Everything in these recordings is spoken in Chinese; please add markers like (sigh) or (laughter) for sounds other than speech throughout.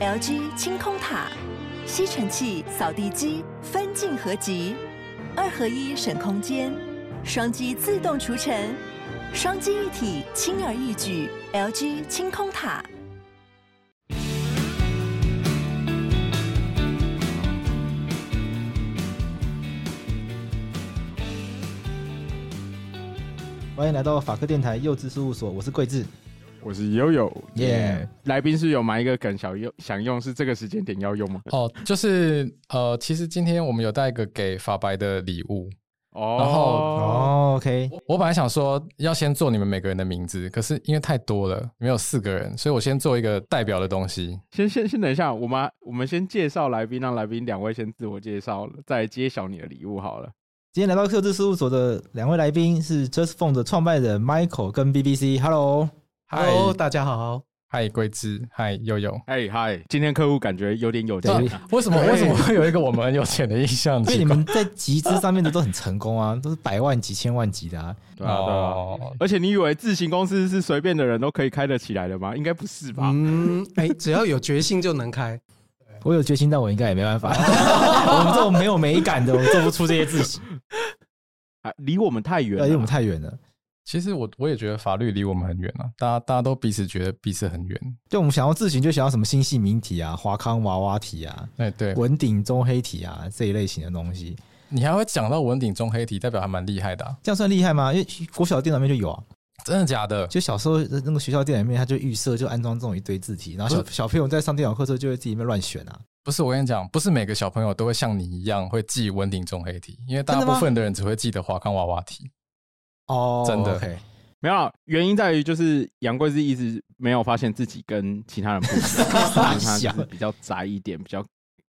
LG 清空塔、吸尘器、扫地机分镜合集，二合一省空间，双击自动除尘，双击一体轻而易举。LG 清空塔。欢迎来到法科电台幼稚事务所，我是桂智。我是悠悠 Yeah 来宾是有埋一个梗，想用想用是这个时间点要用吗？哦，就是呃，其实今天我们有带一个给法白的礼物。哦，哦，OK，我本来想说要先做你们每个人的名字，可是因为太多了，你们有四个人，所以我先做一个代表的东西。先先先等一下，我们我们先介绍来宾，让来宾两位先自我介绍了，再揭晓你的礼物好了。今天来到幼稚事务所的两位来宾是 Just Phone 的创办人 Michael 跟 BBC。Hello，嗨 Hello，大家好。嗨，桂枝，嗨，悠悠。哎嗨，今天客户感觉有点有对钱，啊为什么对为什么会有一个我们很有钱的印象？哎因为你们在集资上面的都很成功啊，都是百万级、千万级的啊。奇对怪啊对啊。哦，而且你以为自行公司是随便的人都可以开得起来的吗？应该不是吧？嗯，哎、只要有决心就能开。我有决心，但我应该也没办法。 (laughs) 我们这种没有美感的，我做不出这些事情，啊，离我们太远对了，因为我们太远了。其实我我也觉得法律离我们很远啊，大家大家都彼此觉得彼此很远。就我们想要自行，就想要什么星系名体啊、华康娃娃体啊、哎，对，文鼎中黑体啊这一类型的东西，你还会讲到文鼎中黑体，代表还蛮厉害的啊、这样算厉害吗？因为国小的电脑里面就有啊。真的假的？就小时候的那个学校电脑里面，他就预设就安装这种一堆字体，然后小小朋友在上电脑课的时候就会自己在那边乱选啊。不是，我跟你讲，不是每个小朋友都会像你一样会记文鼎中黑体，因为大真的部吗分的人只会记得华康娃娃体。哦真的 OK，没有啊，原因在于就是杨贵妃一直没有发现自己跟其他人不 (laughs) 一样，傻就是她笑就是比较宅一点，比较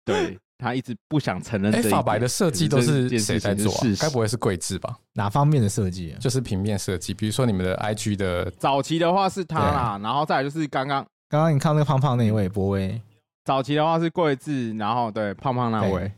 对她一直不想承认这哎，一点。法白的设计都可是这件谁事在情是做、啊事？实该不会是桂枝吧？哪方面的设计啊？就是平面设计，比如说你们的 IG 的，早期的话是他啦，然后再来就是刚刚刚刚你看到那个胖胖那一位博威，早期的话是桂智，然后对胖胖那位哎对，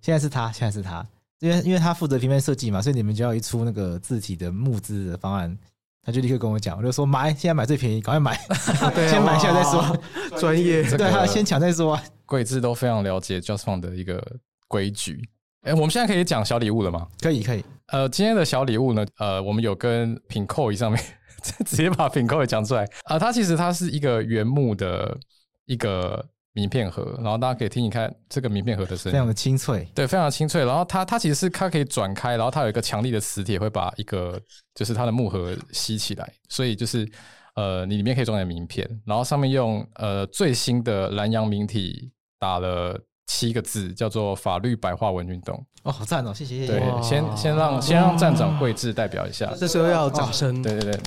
现在是他，现在是他，因为因为他负责平面设计嘛，所以你们只要一出那个字体的募资的方案，他就立刻跟我讲，我就说买，现在买最便宜，赶 (laughs) 快买， (laughs) 对啊哦先买下来再说。说。专业，这对，他个先抢再说啊。桂枝都非常了解 Just Fun 的一个规矩。哎，我们现在可以讲小礼物了吗？可以可以，呃，今天的小礼物呢，呃，我们有跟品扣一上面 (laughs) 直接把品扣也讲出来啊、呃它其实它是一个原木的一个名片盒，然后大家可以听一看这个名片盒的声非常音，的清脆。对，非常清脆。然后它它其实是它可以转开，然后它有一个强力的磁铁会把一个就是它的木盒吸起来，所以就是呃，你里面可以装点名片，然后上面用呃最新的蓝洋明体打了七个字，叫做“法律白话文运动”。哦，好赞哦，谢谢谢对谢。，先先让先让站长桂智代表一下。这时候要掌声。对对对，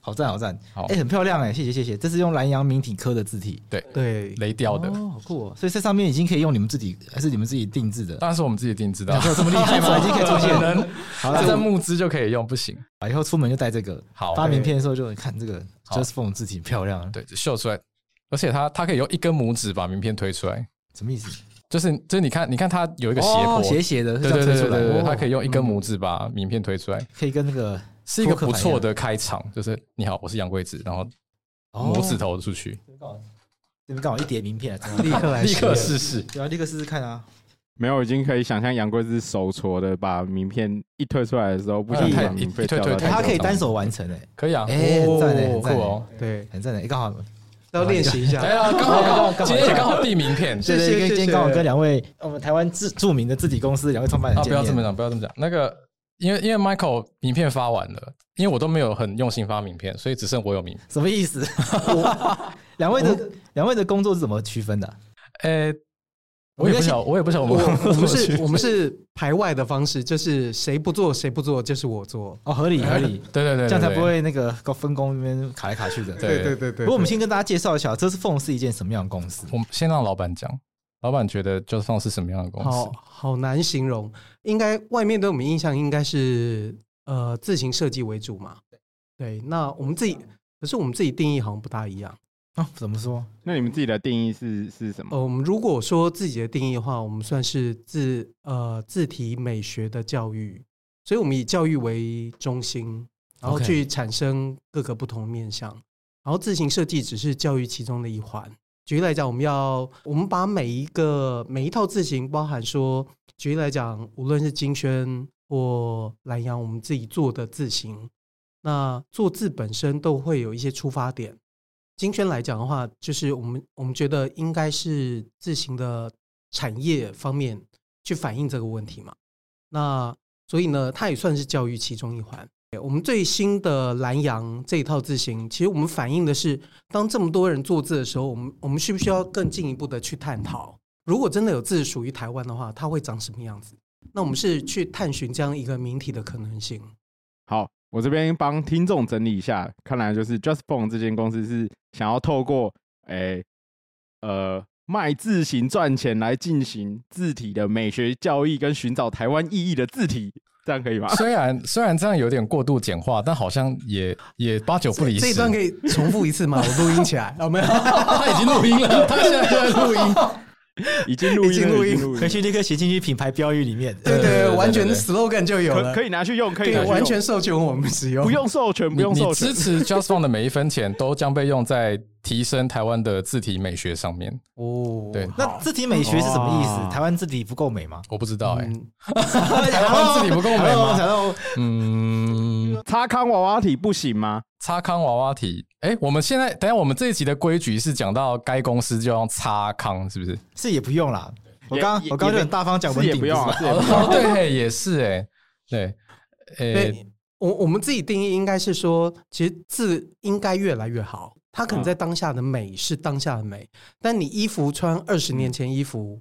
好赞好赞，好哎、很漂亮哎、谢谢谢谢，这是用蓝洋明体科的字体，对雷雕的，哦，好酷哦！所以在上面已经可以用你们自己，还是你们自己定制的？当然是我们自己定制的啊。有这么厉害 (laughs) 吗？已经可以出可现能好这在了，募资就可以用，不行。以后出门就带这个。好，发名片的时候就看这个好 Just Phone 字体漂亮，，对秀出来，而且它它可以用一根拇指把名片推出来，什么意思？就是就是你看你看它有一一个斜坡，斜斜的，对对对对对对，它它可以用一根拇指把名片推出来，哦可以跟那个是一个不错的开场。就是你好，我是杨贵子，然后拇指，头出去，哦这哦边刚好一叠名片，立刻来立刻试试试。 (laughs) 对啊，立刻试试看啊！没有已经可以想象杨贵智手搓的把名片一推出来的时候，不想哎让名片一推掉到推哎，地推上它可以单手完成哎，可以啊，哎，很赞哎，很酷赞哎，哦。对，很赞哎，刚好要练习一哎下。呀，刚好刚好，今天也刚好递名片，对对，谢谢跟今天谢谢刚好跟两位我们台湾自著名的字体公司两位创办人啊，见不面要这么讲，不要这么讲。那个，因为因为 Michael 名片发完了，因为我都没有很用心发名片，所以只剩我有名。什么意思？ (laughs) 我两位的两位的工作是怎么区分的啊？呃、我也不晓，我也不晓我们 (laughs) 我们是，我我 (laughs) 们是排外的方式，就是谁不做谁不做，就是我做。哦，合理合理，对对对，这样才不会那个高分工那边卡来卡去的。对对对对不过我们先跟大家介绍一下，这是凤是一件什么样的公司对。？我们先让老板讲，老板觉得 Just Fun 是什么样的公司好？好难形容，应该外面对我们印象应该是呃自行设计为主嘛。对，那我们自己可是我们自己定义好像不大一样。啊，怎么说？那你们自己的定义是是什么？呃，我们如果说自己的定义的话，我们算是自呃字体美学的教育，所以我们以教育为中心，然后 OK 去产生各个不同的面向。然后自行设计只是教育其中的一环。举例来讲，我们要我们把每一个每一套字型，包含说，举例来讲，无论是金萱或蓝洋，我们自己做的字型，那做字本身都会有一些出发点。金萱来讲的话，就是我们我们觉得应该是字型的产业方面去反映这个问题嘛。那所以呢，它也算是教育其中一环。我们最新的蓝洋这一套字型，其实我们反映的是，当这么多人做字的时候，我们我们需不需要更进一步的去探讨，如果真的有字属于台湾的话，它会长什么样子？那我们是去探寻这样一个名体的可能性。好，我这边帮听众整理一下，看来就是 JustPhone 这间公司是想要透过诶、呃卖字型赚钱来进行字体的美学教育跟寻找台湾意义的字体，这样可以吗？ (laughs) 虽然虽然这样有点过度简化，但好像也也八九不离十。这一段可以重复一次吗？我录音起来，有没有？ (laughs) 他已经录音 (laughs) 了，他现在就在录音。已经录音了，已经录音已经录回音，去立刻写进去品牌标语里面。对对对，对完全对对 slogan 就有可了，可以拿去用，可以对拿去用完全授权我们使用，不用授权，不你用授你权支。持 Just Font 的每一分钱都将被用在提升台湾的字体美学上面。哦。对那字体美学是什么意哇思？台湾字体不够美吗？哦我不知道哎、嗯台湾字体不够美吗然后嗯，擦康娃娃体不行吗？擦康娃娃体，哎、我们现在等一下我们这一集的规矩是讲到该公司就用擦康，是不是？是也不用啦。我也刚也我刚也就很大方讲是文也鼎，不用啊，是吧是也不用。哦，对，也是哎、对，哎、对，我我们自己定义应该是说，其实字应该越来越好。它可能在当下的美是当下的美，但你衣服穿二十年前衣服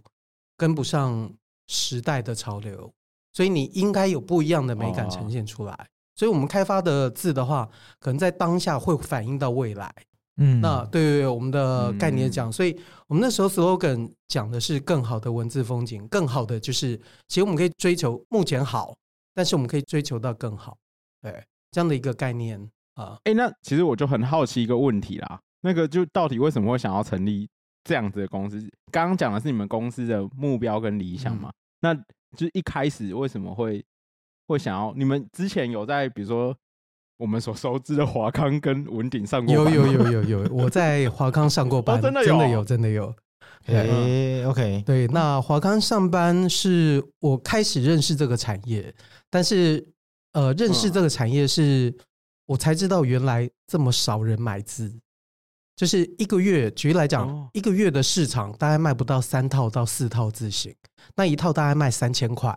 跟不上时代的潮流，所以你应该有不一样的美感呈现出来。所以我们开发的字的话，可能在当下会反映到未来。嗯那对对对，我们的嗯概念讲，所以我们那时候 slogan 讲的是更好的文字风景，更好的就是，其实我们可以追求目前好，但是我们可以追求到更好，对这样的一个概念啊、哎、那其实我就很好奇一个问题啦，那个就到底为什么会想要成立这样子的公司？刚刚讲的是你们公司的目标跟理想嗯嘛？那就是一开始为什么会会想要？你们之前有在比如说我们所熟知的华康跟文鼎上过有班有吗有有有，我在华康 (laughs) 上过班，哦真的有真的有真的有。诶，OK，哦对，那华康上班是我开始认识这个产业，但是呃，认嗯识这个产业是、我才知道原来这么少人买字，就是一个月，举例来讲，哦一个月的市场大概卖不到三套到四套字型，那一套大概卖三千块。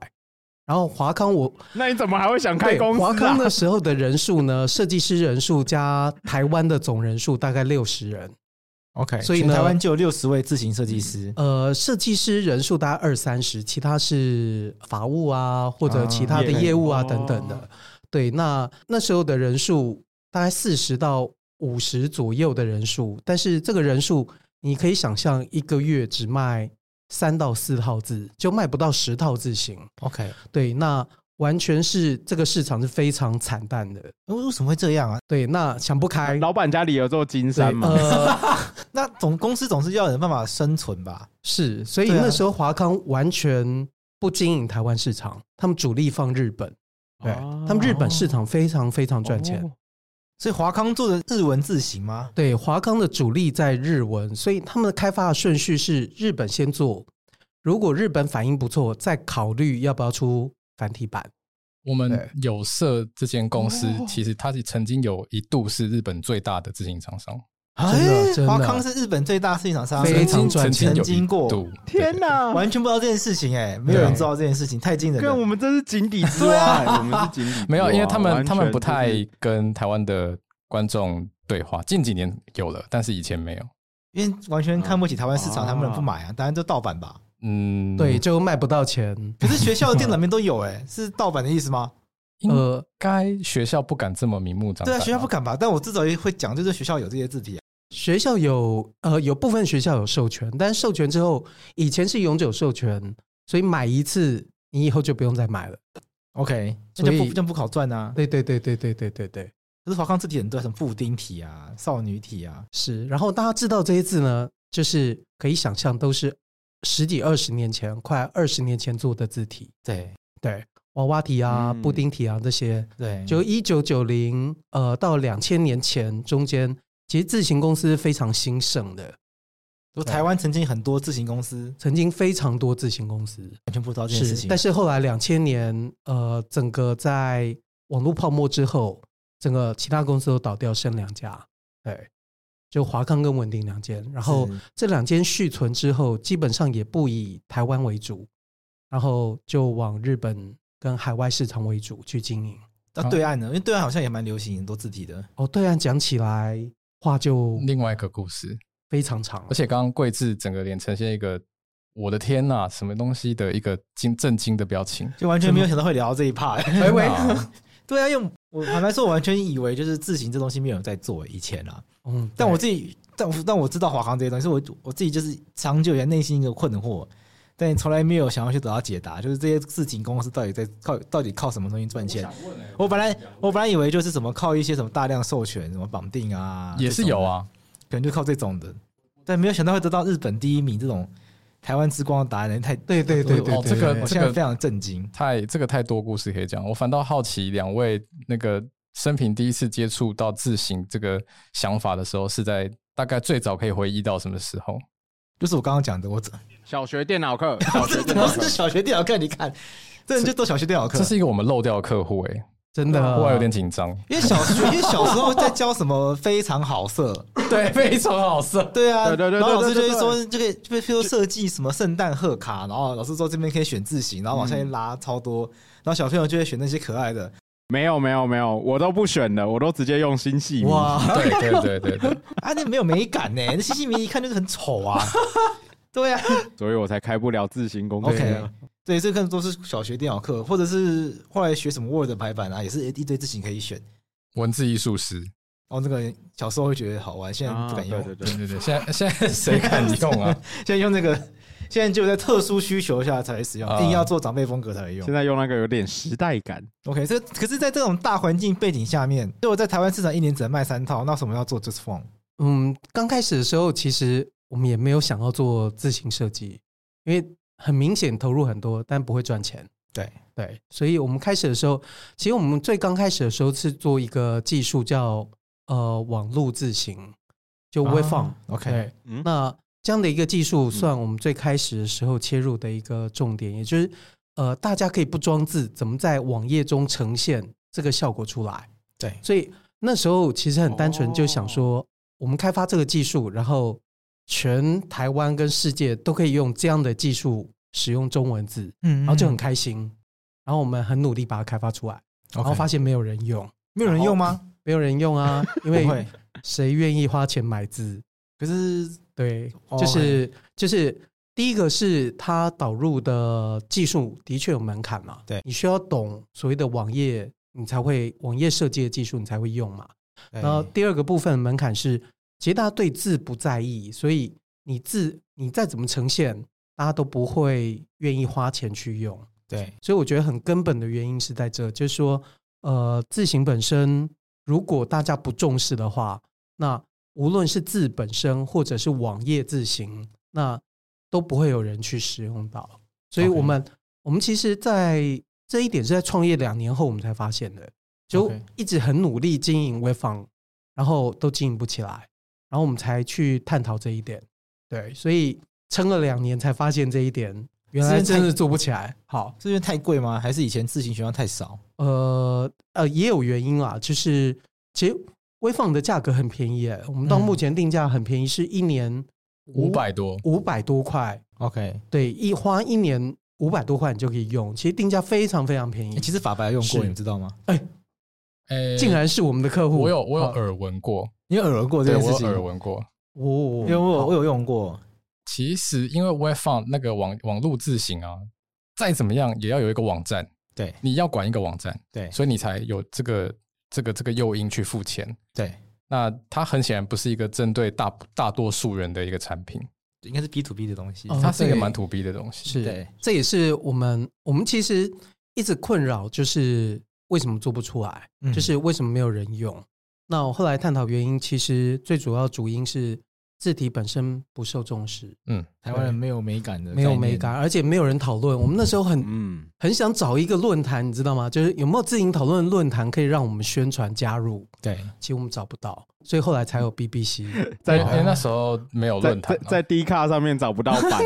然后华康我那你怎么还会想开对公司、啊？华康那时候的人数呢，设计师人数加台湾的总人数大概六十人， OK，所以全呢台湾就有六十位自行设计师，呃，设计师人数大概二三十，其他是法务啊，或者其他的业务啊啊等等哦的。对，那那时候的人数大概四十到五十左右的人数，但是这个人数你可以想象，一个月只卖三到四套字，就卖不到十套字型。 OK，对，那完全是这个市场是非常惨淡的。呃为什么会这样啊？对，那想不开，老板家里有做金山嘛？呃，那总公司总是要有办法生存吧？是，所以对啊那时候华康完全不经营台湾市场，他们主力放日本，对、哦他们日本市场非常非常赚钱。哦所以华康做的日文字型吗？对，华康的主力在日文，所以他们的开发的顺序是日本先做，如果日本反应不错，再考虑要不要出繁体版。我们有色这间公司，哦其实它是曾经有一度是日本最大的自行厂商，真的哎真的华康是日本最大市场商，非曾经常赚曾经曾有经一过度。天哪！完全不知道这件事情，哎，没有人知道这件事情，太惊人跟我了。们这是井底之蛙、啊欸我们是井底之蛙没有，因为他完们全他们不太就是跟台湾的观众对话，近几年有了，但是以前没有。因为完全看不起台湾市场，啊他们不买啊，当然就盗版吧。嗯，对，，就卖不到钱。可是学校的电脑里面都有，哎，是盗版的意思 (laughs) 吗？应呃，该学校不敢这么明目张对胆、啊，学校不。敢吧？但我至少也会讲，就是学校有这些字体啊。学校有呃有部分学校有授权，但是授权之后，以前是永久授权，所以买一次你以后就不用再买了。 OK，那所以就不就不好赚啊。对对对对对对对对，可是华康字体很多，什么布丁体啊、少女体啊，是。然后大家知道这些字呢，就是可以想象都是十几二十年前、快二十年前做的字体，对对，娃娃体啊、嗯布丁体啊这些，对，就一九九零呃到两千年前中间其实自行公司是非常兴盛的，说台湾曾经很多自行公司曾经非常多自行公司完全不知道这件事是，情，但是后来两千年，呃，整个在网络泡沫之后，整个其他公司都倒掉，剩两家，对，就华康跟文鼎两间，然后是这两间续存之后，基本上也不以台湾为主，然后就往日本跟海外市场为主去经营。到对啊岸呢，因为对岸好像也蛮流行很多字体的，哦，对岸讲起来话就另外一个故事。非 (laughs) 常长了而，且刚刚桂智整个脸呈现一个我的天呐，什么东西的一个惊震惊的表情。就完全没有想到会聊到这一趴、 (laughs) 欸。喂喂，对啊，因为我坦白说，我完全以为就是字形这东西没有人在做以前啊，嗯，但我对自己，但我但我知道华航这些东西，我我自己就是长久以来内心一个困惑，但从来没有想要去得到解答，就是这些事情公司到底在靠到底靠什么东西赚钱？欸我本来我本来以为就是什么靠一些什么大量授权、什么绑定啊，也是有啊，这种的，可能就靠这种的，但没有想到会得到日本第一名这种台湾之光的答案，太对对对我对我哦这个我这现在个非常震惊。太这个太多故事可以讲。我反倒好奇两位那个生平第一次接触到自行这个想法的时候，是在大概最早可以回忆到什么时候？就是我刚刚讲的，我小学电脑 (laughs) 课，小学 (laughs) 电脑我课是，小学电脑课，你看，这人就做小学电脑课，这是一个我们漏掉的客户哎、真的啊忽然有点 (laughs) 紧张。因为小 (laughs) 学，因为小时候在教什么非常好色，对，非常好色。对啊，对对对然后老师就会对对对说这个，就譬如说设计什么圣诞贺卡，然后老师说这边可以选字型，然后往下一拉超多，然后小朋友就会选那些可爱的。没有没有没有，我都不选的，我都直接用新系名。哇，对对对对对，啊，那没有美感呢，那西西米一看就是很丑啊。 (laughs) 对啊所以我才开不了自行公司。 ，OK，对，这更多是小学电脑课，或者是后来学什么 Word 排版啊，也是一堆字型可以选。文字艺术师。然后这个小时候会觉得好玩，现在啊不敢用，对对对对，对对，现在现在谁敢用啊？现在用那个，现在就在特殊需求下才使用，啊硬要做长辈风格才会用现。在用那个有点时代感。 OK，这可是，在这种大环境背景下面，如果在台湾市场一年只能卖三套，那什么要做 Just Phone？嗯，刚开始的时候，其实我们也没有想要做自行设计，因为很明显投入很多，但不会赚钱。对对，所以我们开始的时候，其实我们最刚开始的时候是做一个技术叫呃网络自行，就 WeFund、啊 OK 嗯对，嗯那这样的一个技术算我们最开始的时候切入的一个重点，也就是呃大家可以不装字，怎么在网页中呈现这个效果出来。对所以那时候其实很单纯，就想哦说我们开发这个技术，然后全台湾跟世界都可以用这样的技术使用中文字，嗯然后就很开心。然后我们很努力把它开发出来，然后发现没有人用，没有人用吗？没有人 (laughs) 用啊，因不为会，谁愿意花钱买字？可是对，哦就是就是第一个是它导入的技术的确有门槛嘛，对你需要懂所谓的网页，你才会网页设计的技术你才会用嘛。然然后第二个部分门槛是，其实大家对字不在意，所以你字你再怎么呈现，大家都不会愿意花钱去用。对所以我觉得很根本的原因是在这，就是说，呃，字形本身如果大家不重视的话，那无论是字本身或者是网页字形，那都不会有人去使用到。所以 OK 我们我们其实，在这一点是在创业两年后我们才发现的，就 OK 一直很努力经营微房，然后都经营不起来，然后我们才去探讨这一点。对，所以撑了两年才发现这一点，原来之前真太的做不起来。好，是因为太贵吗？还是以前自行学校太少？呃呃，也有原因啦，就是其实微放的价格很便宜耶，我们到嗯目前定价很便宜，是一年五百多，五百多块， OK，对，一花一年五百多块你就可以用，其实定价非常非常便宜欸，其实法白用过，嗯是你知道吗？哎竟然是我们的客户，我有我有好耳闻过，你有耳闻过这对件我事有情？耳闻过。哦，因为我有我有有用过，其实因为 w e f o n 那个网网络自行啊，再怎么样也要有一个网站，对你要管一个网站，对所以你才有这个这个这个诱因去付钱。对，那它很显然不是一个针对大大多数人的一个产品，应该是 B to B 的东西。哦它是一个对蛮土逼的东西。是对，这也是我们我们其实一直困扰，就是为什么做不出来。嗯就是为什么没有人用？那我后来探讨原因，其实最主要主因是字体本身不受重视，嗯台湾人没有美感的，没有美感，，而且没有人讨论。我们那时候很嗯，很想找一个论坛，你知道吗？就是有没有自营讨论论坛可以让我们宣传加入？对，其实我们找不到，所以后来才有 (laughs) BBC。在在因为那时候没有在论坛在啊，在 D 卡上面找不到版啊，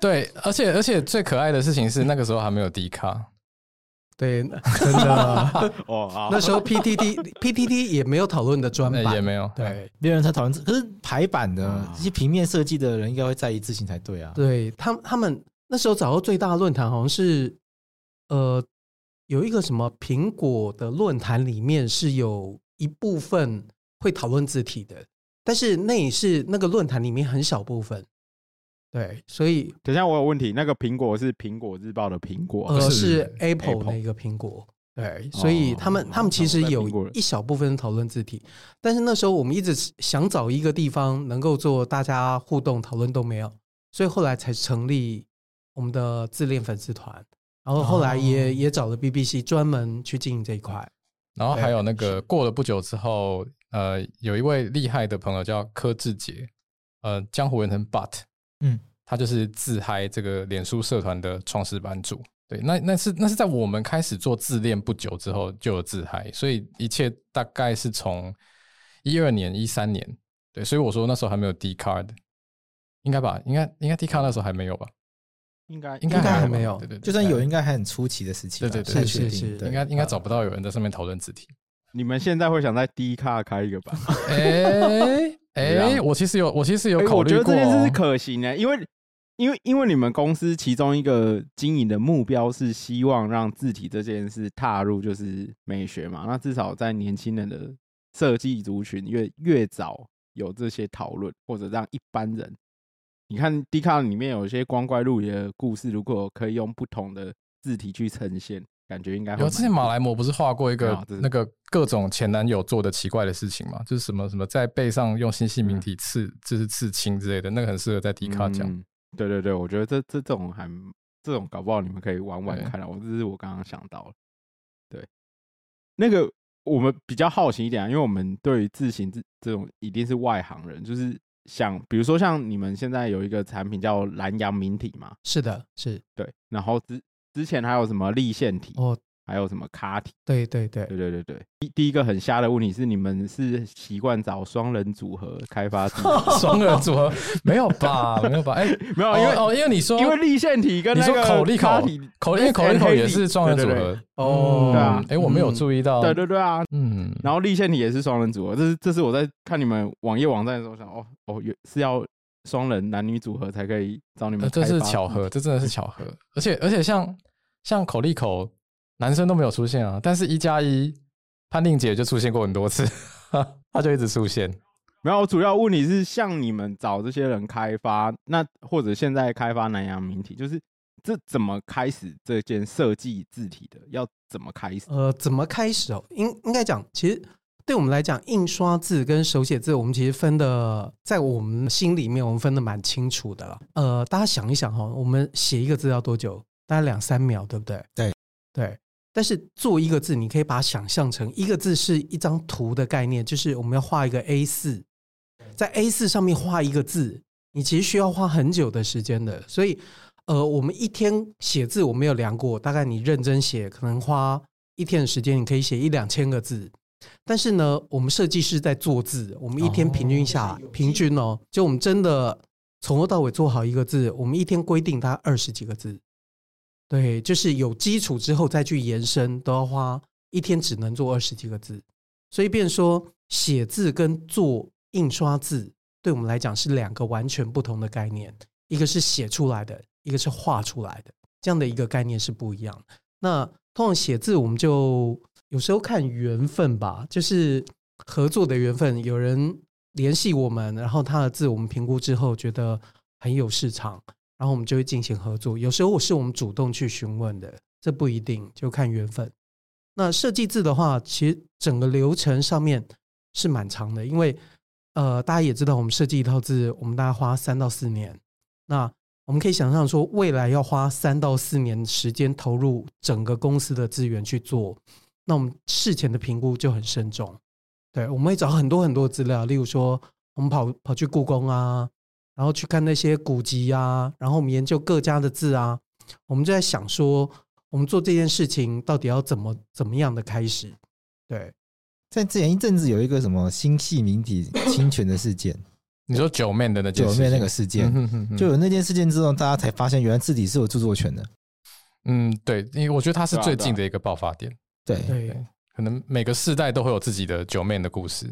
对，而且而且最可爱的事情是那个时候还没有迪卡，对，真 (laughs) 的，哦，好那时候 PTT PTT 也没有讨论的专那版，呃也没有。对没有人在讨论这。可是排版的啊这些平面设计的人应该会在意字形才对啊。对，他们他们那时候找到最大的论坛好像是，呃，有一个什么苹果的论坛里面是有一部分会讨论字体的，但是那也是那个论坛里面很少部分。对，所以等一下我有问题，那个苹果是苹果日报的苹果啊，呃是是 Apple 哦 Apple 那个苹果，对，所以他们、他们其实有一小部分讨论字体，但是那时候我们一直想找一个地方能够做大家互动讨论都没有，所以后来才成立我们的自恋粉丝团，然后后来也、哦也找了 BBC 专门去经营这一块，然后还有那个过了不久之后，呃，有一位厉害的朋友叫柯志杰，呃，江湖人称 But，嗯，他就是自嗨这个脸书社团的创始版主。对，那那是那是在我们开始做自恋不久之后就有自嗨，所以一切大概是从一二年、一三年，对，所以我说那时候还没有 D card，应该吧？应该应该 D card 那时候还没有吧？应该应该还还没有对对对，就算有，应该还很初期的时期吧，对对对不太是确是定，是对应该应该找不到有人在上面讨论字体。你们现在会想在 D 卡开一个版？ (laughs) 哎怎哎，样我其实有，我其实有哎考我虑觉过、得哦这件事是可行的，因为因为因为你们公司其中一个经营的目标是希望让字体这件事踏入就是美学嘛，那至少在年轻人的设计族群越越早有这些讨论，或者让一般人，你看 D 卡里面有一些光怪陆离的故事，如果可以用不同的字体去呈现，感觉应该会有蛮啊之前马来模不是画过一没个有这是那个各种前男友做的奇怪的事情嘛？就是什么什么在背上用星系名体刺，就是刺青之类的，那个很适合在迪卡讲。嗯对对对，我觉得这这这种还这种搞不好你们可以玩玩看啊，我这是我刚刚想到的。对，那个我们比较好奇一点、啊，因为我们对于自行这这种一定是外行人，就是想比如说像你们现在有一个产品叫蓝阳明体嘛，是的，是对，然后之之前还有什么立线体，哦，还有什么卡体，对对对对对对对。第第一个很瞎的问题是，你们是习惯找双人组合开发 (laughs) 字体吗，双人组合没有 (laughs) 吧？没有吧？哎、没有，因为哦哦，因为你说因为立线体跟你那说个口力口卡体哎口令口令口也是双人组合，对对对哦嗯对啊哎、我没有注意到，对对对啊，嗯，然后立线体也是双人组合，这是这是我在看你们网页网站的时候想，哦哦，有是要双人男女组合才可以找你们开呃，这发的、是巧合，嗯这真的是巧合。而且而且像像口力口，男生都没有出现啊，但是一加一潘令姐就出现过很多次，她就一直出现。没有，我主要问题是像你们找这些人开发，那或者现在开发南洋名体，就是这怎么开始这件设计字体的？要怎么开始？呃，怎么开始哦？应应该讲，其实对我们来讲，印刷字跟手写字，我们其实分的，在我们心里面，我们分的蛮清楚的了。呃，大家想一想哈、哦，我们写一个字要多久？大概两三秒，对不对？对对。但是做一个字，你可以把它想象成一个字是一张图的概念，就是我们要画一个 A 四，在 A 四上面画一个字，你其实需要花很久的时间的。所以，呃，我们一天写字我没有量过，大概你认真写可能花一天的时间，你可以写一两千个字。但是呢，我们设计师在做字，我们一天平均下来，平均哦，就我们真的从头到尾做好一个字，我们一天规定它二十几个字。对，就是有基础之后再去延伸，都要花一天只能做二十几个字。所以变说写字跟做印刷字，对我们来讲是两个完全不同的概念，一个是写出来的，一个是画出来的，这样的一个概念是不一样的。那通常写字我们就有时候看缘分吧，就是合作的缘分，有人联系我们，然后他的字我们评估之后觉得很有市场，然后我们就会进行合作。有时候是我们主动去询问的，这不一定，就看缘分。那设计字的话，其实整个流程上面是蛮长的，因为呃，大家也知道，我们设计一套字，我们大概花三到四年。那我们可以想象说，未来要花三到四年时间投入整个公司的资源去做，那我们事前的评估就很慎重。对，我们会找很多很多资料，例如说我们跑跑去故宫啊，然后去看那些古籍啊，然后我们研究各家的字啊，我们就在想说，我们做这件事情到底要怎么怎么样的开始？对，在之前一阵子有一个什么星系名体侵权的事件，你说九妹的那件九事情妹那个事件嗯，哼哼哼就有那件事件之后，大家才发现原来字体是有著作权的。嗯对，因为我觉得它是对啊最对啊近的一个爆发点，对，对，可能每个世代都会有自己的九妹的故事，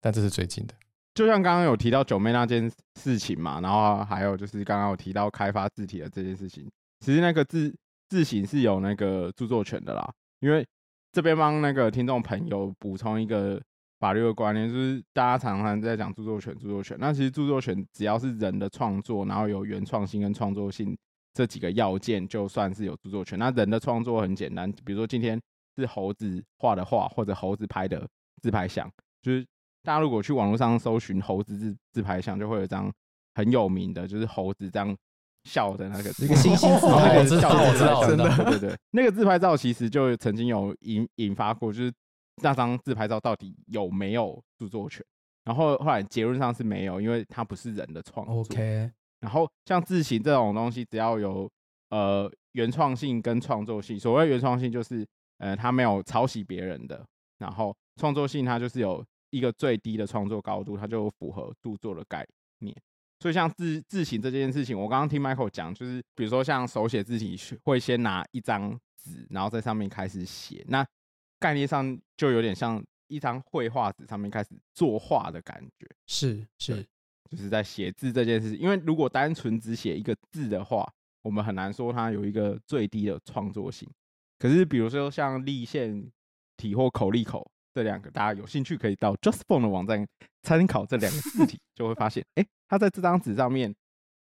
但这是最近的。就像刚刚有提到九妹那件事情嘛，然后还有就是刚刚有提到开发字体的这件事情，其实那个字字形是有那个著作权的啦。因为这边帮那个听众朋友补充一个法律的观念，就是大家常常在讲著作权，著作权。那其实著作权只要是人的创作，然后有原创性跟创作性这几个要件，就算是有著作权。那人的创作很简单，比如说今天是猴子画的画，或者猴子拍的自拍像，就是大家如果去网络上搜寻猴子自自拍像，就会有一张很有名的，就是猴子这样笑的那个一个星星自哦拍我的知道我知道我知道对对对，那个自拍照其实就曾经有引引发过，就是那张自拍照到底有没有著作权？然后后来结论上是没有，因为它不是人的创作。 OK，然后像字形这种东西，只要有呃原创性跟创作性，所谓原创性就是呃它没有抄袭别人的，然后创作性它就是有一个最低的创作高度，它就符合著作的概念。所以像字字形这件事情，我刚刚听 Michael 讲，就是比如说像手写字体是会先拿一张纸，然后在上面开始写，那概念上就有点像一张绘画纸上面开始作画的感觉。是是，就是在写字这件事，因为如果单纯只写一个字的话，我们很难说它有一个最低的创作性。可是比如说像立线体或口立口这两个，大家有兴趣可以到 Just Phone 的网站参考这两个字体，就会发现，哎、他在这张纸上面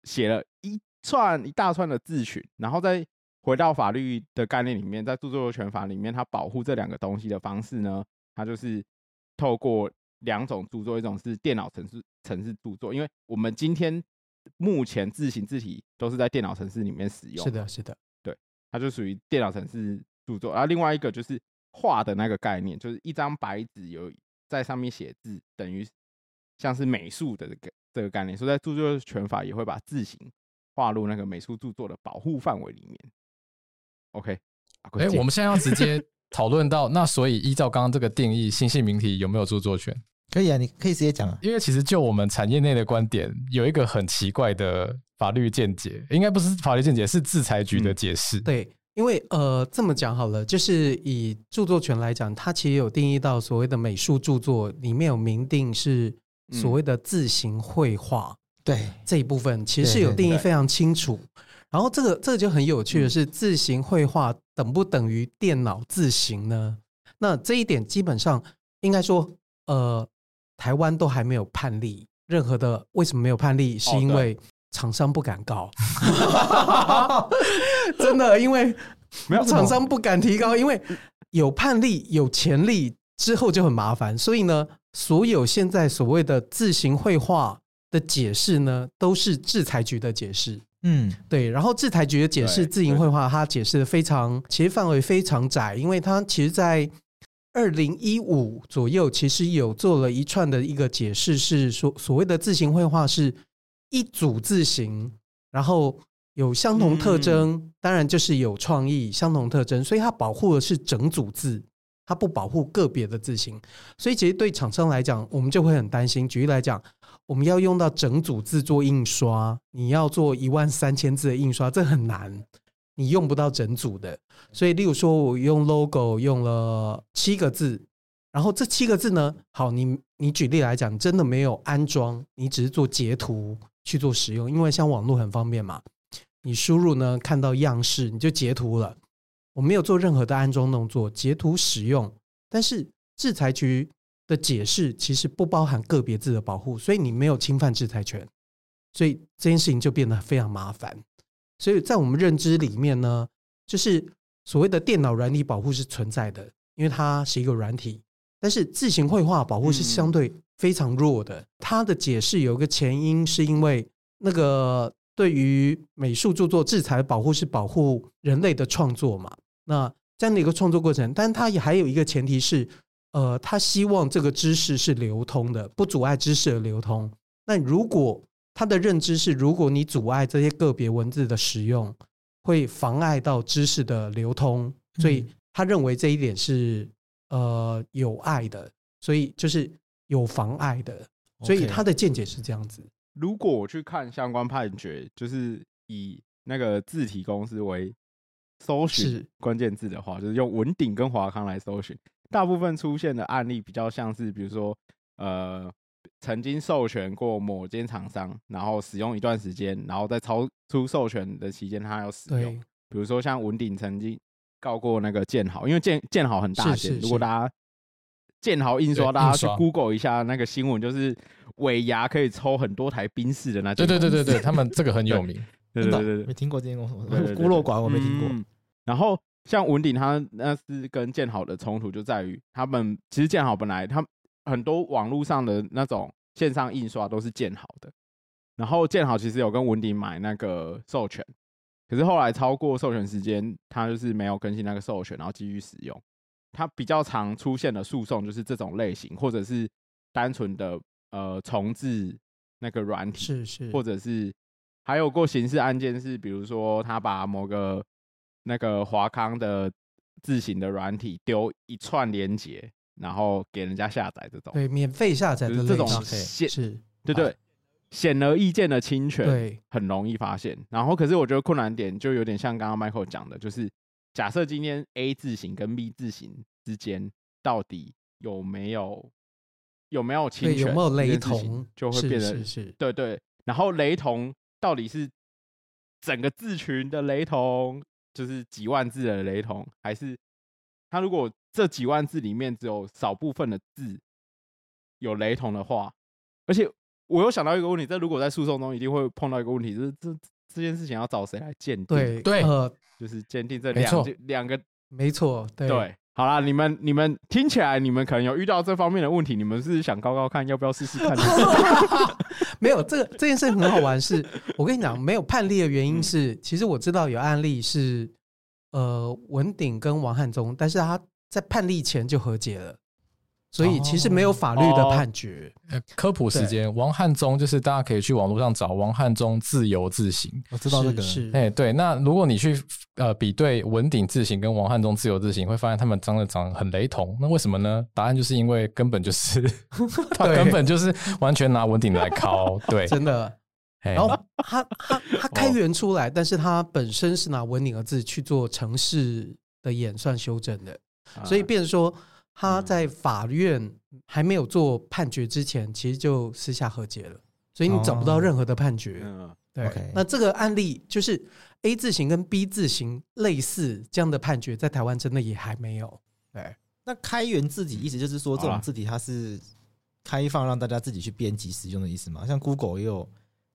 写了一串一大串的字群，然后再回到法律的概念里面，在著作权法里面，它保护这两个东西的方式呢，它就是透过两种著作，一种是电脑程式程式著作，因为我们今天目前字形字体都是在电脑程式里面使用，是的，是的，它就属于电脑程式著作。然后另外一个就是画的那个概念，就是一张白纸有在上面写字，等于像是美术的这个这个概念。所以在著作权法也会把字形划入那个美术著作的保护范围里面。OK，啊哎、我们现在要直接讨论到那，所以依照刚刚这个定义，新兴名体有没有著作权？可以啊，你可以直接讲啊。因为其实就我们产业内的观点，有一个很奇怪的法律见解，应该不是法律见解，是制裁局的解释。嗯对，因为呃，这么讲好了，就是以著作权来讲，它其实有定义到所谓的美术著作里面有明定是所谓的字形绘画、对，这一部分，其实是对有对定义对非常清楚。然后这个这个就很有趣的是，字形绘画等不等于电脑字形呢？那这一点基本上应该说，呃，台湾都还没有判例，任何的为什么没有判例，是哦因对为厂商不敢告， (laughs) 真的，因为没有 (laughs) 厂商不敢提高，因为有判例、有潜力之后就很麻烦。所以呢，所有现在所谓的自行绘画的解释呢，都是制裁局的解释。嗯，对，然后制裁局的解释，对自营绘画它解释的非常，其实范围非常窄，因为它其实，在二零一五左右，其实有做了一串的一个解释，是说所谓的自行绘画是一组字形，然后有相同特嗯征，当然就是有创意、相同特征，所以它保护的是整组字，它不保护个别的字形。所以其实对厂商来讲，我们就会很担心。举例来讲，我们要用到整组字做印刷，你要做一万三千字的印刷，这很难，你用不到整组的。所以，例如说我用 logo 用了七个字，然后这七个字呢，好，你你举例来讲，真的没有安装，你只是做截图去做使用，因为像网络很方便嘛，你输入呢看到样式你就截图了，我没有做任何的安装动作，截图使用。但是制裁局的解释其实不包含个别字的保护，所以你没有侵犯制裁权，所以这件事情就变得非常麻烦。所以在我们认知里面呢，就是所谓的电脑软体保护是存在的，因为它是一个软体，但是自行绘画保护是相对非常弱的。它的解释有一个前因，是因为那个对于美术著作制裁的保护是保护人类的创作嘛，那这样的一个创作过程，但它也还有一个前提是，呃，他希望这个知识是流通的，不阻碍知识的流通。那如果他的认知是，如果你阻碍这些个别文字的使用，会妨碍到知识的流通，所嗯以他认为这一点是呃有碍的，所以就是有妨碍的，所以 OK 他的见解是这样子。如果我去看相关判决，就是以那个字体公司为搜寻是关键字的话，就是用文鼎跟华康来搜寻，大部分出现的案例比较像是，比如说呃，曾经授权过某间厂商，然后使用一段时间，然后在超出授权的期间，他要使用对。，比如说像文鼎曾经告过那个建豪，因为建建豪很大是间，是如果是大家建豪印刷，对大家印去刷 Google 一下那个新闻，就是尾牙可以抽很多台宾士的那种 (laughs) 对公对司。对对对，他们这个很有名，对对真的对对没听过这间公司，对对对孤陋寡闻，我没听过。嗯然后像文鼎，他那是跟建好的冲突就在于，他们其实建好本来他很多网络上的那种线上印刷都是建好的，然后建好其实有跟文鼎买那个授权，可是后来超过授权时间，他就是没有更新那个授权，然后继续使用。它比较常出现的诉讼就是这种类型，或者是单纯的呃重置那个软体，是是，或者是还有过刑事案件是，比如说他把某个那个华康的自行的软体丢一串连接，然后给人家下载这种，对免费下载就的是这种类型显是，对对显而易见的侵权，对很容易发现。然后可是我觉得困难点就有点像刚刚 Michael 讲的，就是假设今天 A 字型跟 B 字型之间到底有没有有没有侵对，权，有没有雷这件事情同，就会是变得是是对对，然后雷同到底是整个字群的雷同，就是几万字的雷同，还是他如果这几万字里面只有少部分的字有雷同的话，而且我又想到一个问题，这如果在诉讼中一定会碰到一个问题，就是这这件事情要找谁来鉴定？，对对呃，就是鉴定这没两错件两个没错，对对。好啦，你们你们听起来，你们可能有遇到这方面的问题，你们是想高高看，要不要试试看呢？ (laughs) 没有这个这件事很好玩是，我跟你讲，没有判例的原嗯因是，其实我知道有案例是，呃，文鼎跟王汉宗，但是他在判例前就和解了，所以其实没有哦法律的判决。呃科普时间，王汉宗就是大家可以去网络上找王汉宗自由字形。我知道这个，是哎、是对，那如果你去呃比对文鼎字形跟王汉宗自由字形，会发现他们长得长得很雷同。那为什么呢？答案就是因为根本就是 (laughs) 他对根本就是完全拿文鼎来 (laughs) 考。对，真的。哎然后他他他开哦源出来，但是他本身是拿文鼎的字去做城市的演算修正的。 (laughs) 所以啊变成说他嗯在法院还没有做判决之前，其实就私下和解了，所以你找不到哦任何的判决。嗯，对 OK 那这个案例就是 A 字形跟 B 字形类似这样的判决，在台湾真的也还没有。那开源字体意思就是说，这好种啦字体它是开放让大家自己去编辑使用的意思嘛？像 Google 也有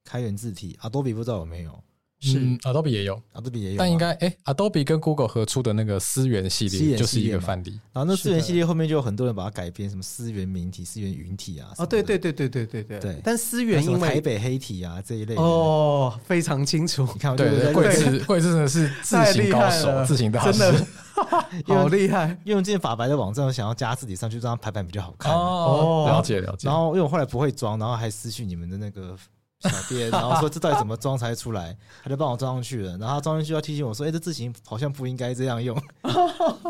开源字体，Adobe 不知道有没有是嗯，Adobe 也有， ，Adobe 也有吗，啊但应该哎、a d o b e 跟 Google 合出的那个思源系思列源就是一系列个嘛范例。然后那是资源的系列后面就有很多人把它改编，什么思源明体、思源云体啊。什哦，么对的对，对对对对对。对但思还有源什么因台为北黑体啊这一类的。哦，非常清楚，你看，我就对对，在贵对志贵志真的是字太形厉高害手，了字形大师，真的 (laughs) 好厉害。因为我之前法白的网站，我想要加字体上去，让它排版比较好看。哦哦，了解了解然。后因为我后来不会装，然后还私讯你们的那个小 (laughs) 编，然后说这到底怎么装才出来，他就帮我装上去了。然后他装上去要提醒我说，哎、这字型好像不应该这样 (laughs) 用。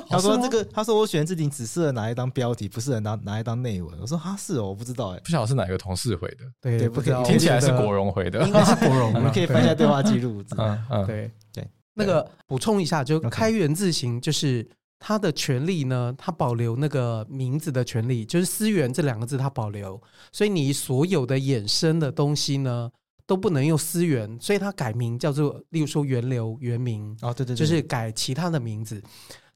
他说这个，他说我选的字型只适合拿来当标题，不适合拿拿来当内文。我说 (laughs) 啊，是哦，我不知道哎、不晓得是哪个同事回的，对对不不知可以道，听起来是我觉得国荣回的。 (laughs) 应该是国荣你了，们可以翻一下对话记录。嗯嗯，对对，那个补充一下，就 OK 开源自行，就是它的权利呢，它保留那个名字的权利，就是私源这两个字它保留，所以你所有的衍生的东西呢，都不能用私源，所以它改名叫做，例如说源流、原名，哦，对对对，就是改其他的名字，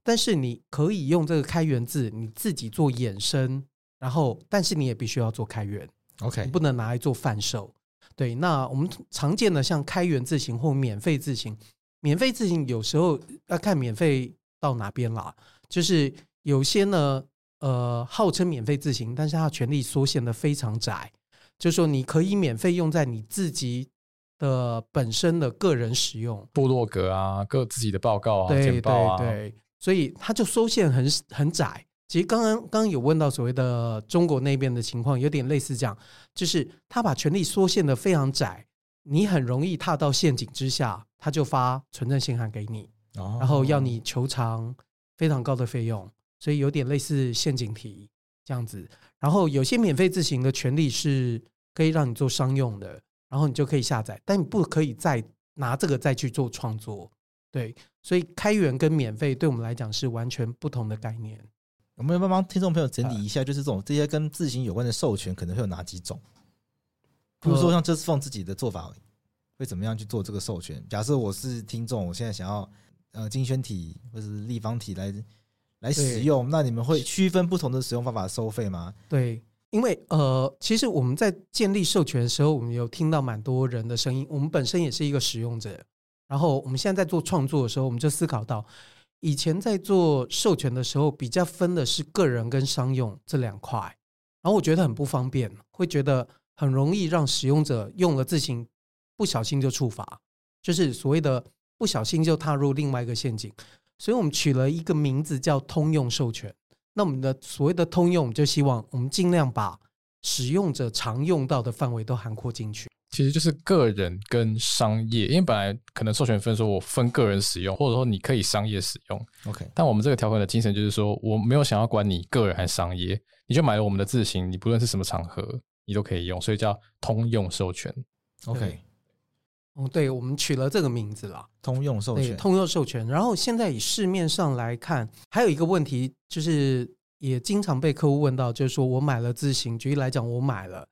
但是你可以用这个开源字，你自己做衍生，然后但是你也必须要做开源。 OK 你不能拿来做贩售。对，那我们常见的像开源自行或免费自行，免费自行有时候要看免费到哪边啦，就是有些呢，呃，号称免费自行，但是它的权利缩限的非常窄，就是说你可以免费用在你自己的本身的个人使用，部落格啊，各自己的报告啊、对简报啊，对对，所以它就收线很很窄。其实刚刚刚刚有问到所谓的中国那边的情况，有点类似这样，就是他把权力缩限的非常窄，你很容易踏到陷阱之下，他就发存证信函给你，然然后要你求偿非常高的费用，所以有点类似陷阱题这样子。然后有些免费自行的权利是可以让你做商用的，然后你就可以下载，但你不可以再拿这个再去做创作。对，所以开源跟免费对我们来讲是完全不同的概念。我们要不要帮听众朋友整理一下，就是这种这些跟自行有关的授权可能会有哪几种？比如说嗯像这是放自己的做法会怎么样去做这个授权？假设我是听众，我现在想要呃精选体或者是立方体来来使用，那你们会区分不同的使用方法收费吗？对，因为呃，其实我们在建立授权的时候，我们有听到蛮多人的声音。我们本身也是一个使用者，然后我们现在在做创作的时候，我们就思考到，以前在做授权的时候，比较分的是个人跟商用这两块，然后我觉得很不方便，会觉得很容易让使用者用了自行不小心就触发，就是所谓的不小心就踏入另外一个陷阱。所以我们取了一个名字叫通用授权。那我们的所谓的通用，我们就希望我们尽量把使用者常用到的范围都涵括进去。其实就是个人跟商业，因为本来可能授权分说我分个人使用，或者说你可以商业使用， OK，但我们这个条款的精神就是说，我没有想要管你个人还是商业，你就买了我们的字型，你不论是什么场合，你都可以用，所以叫通用授权。 OK，哦，对，我们取了这个名字啦，通用授对，权，通用授权。然后现在以市面上来看，还有一个问题就是，也经常被客户问到，就是说我买了字型，举例来讲，我买了，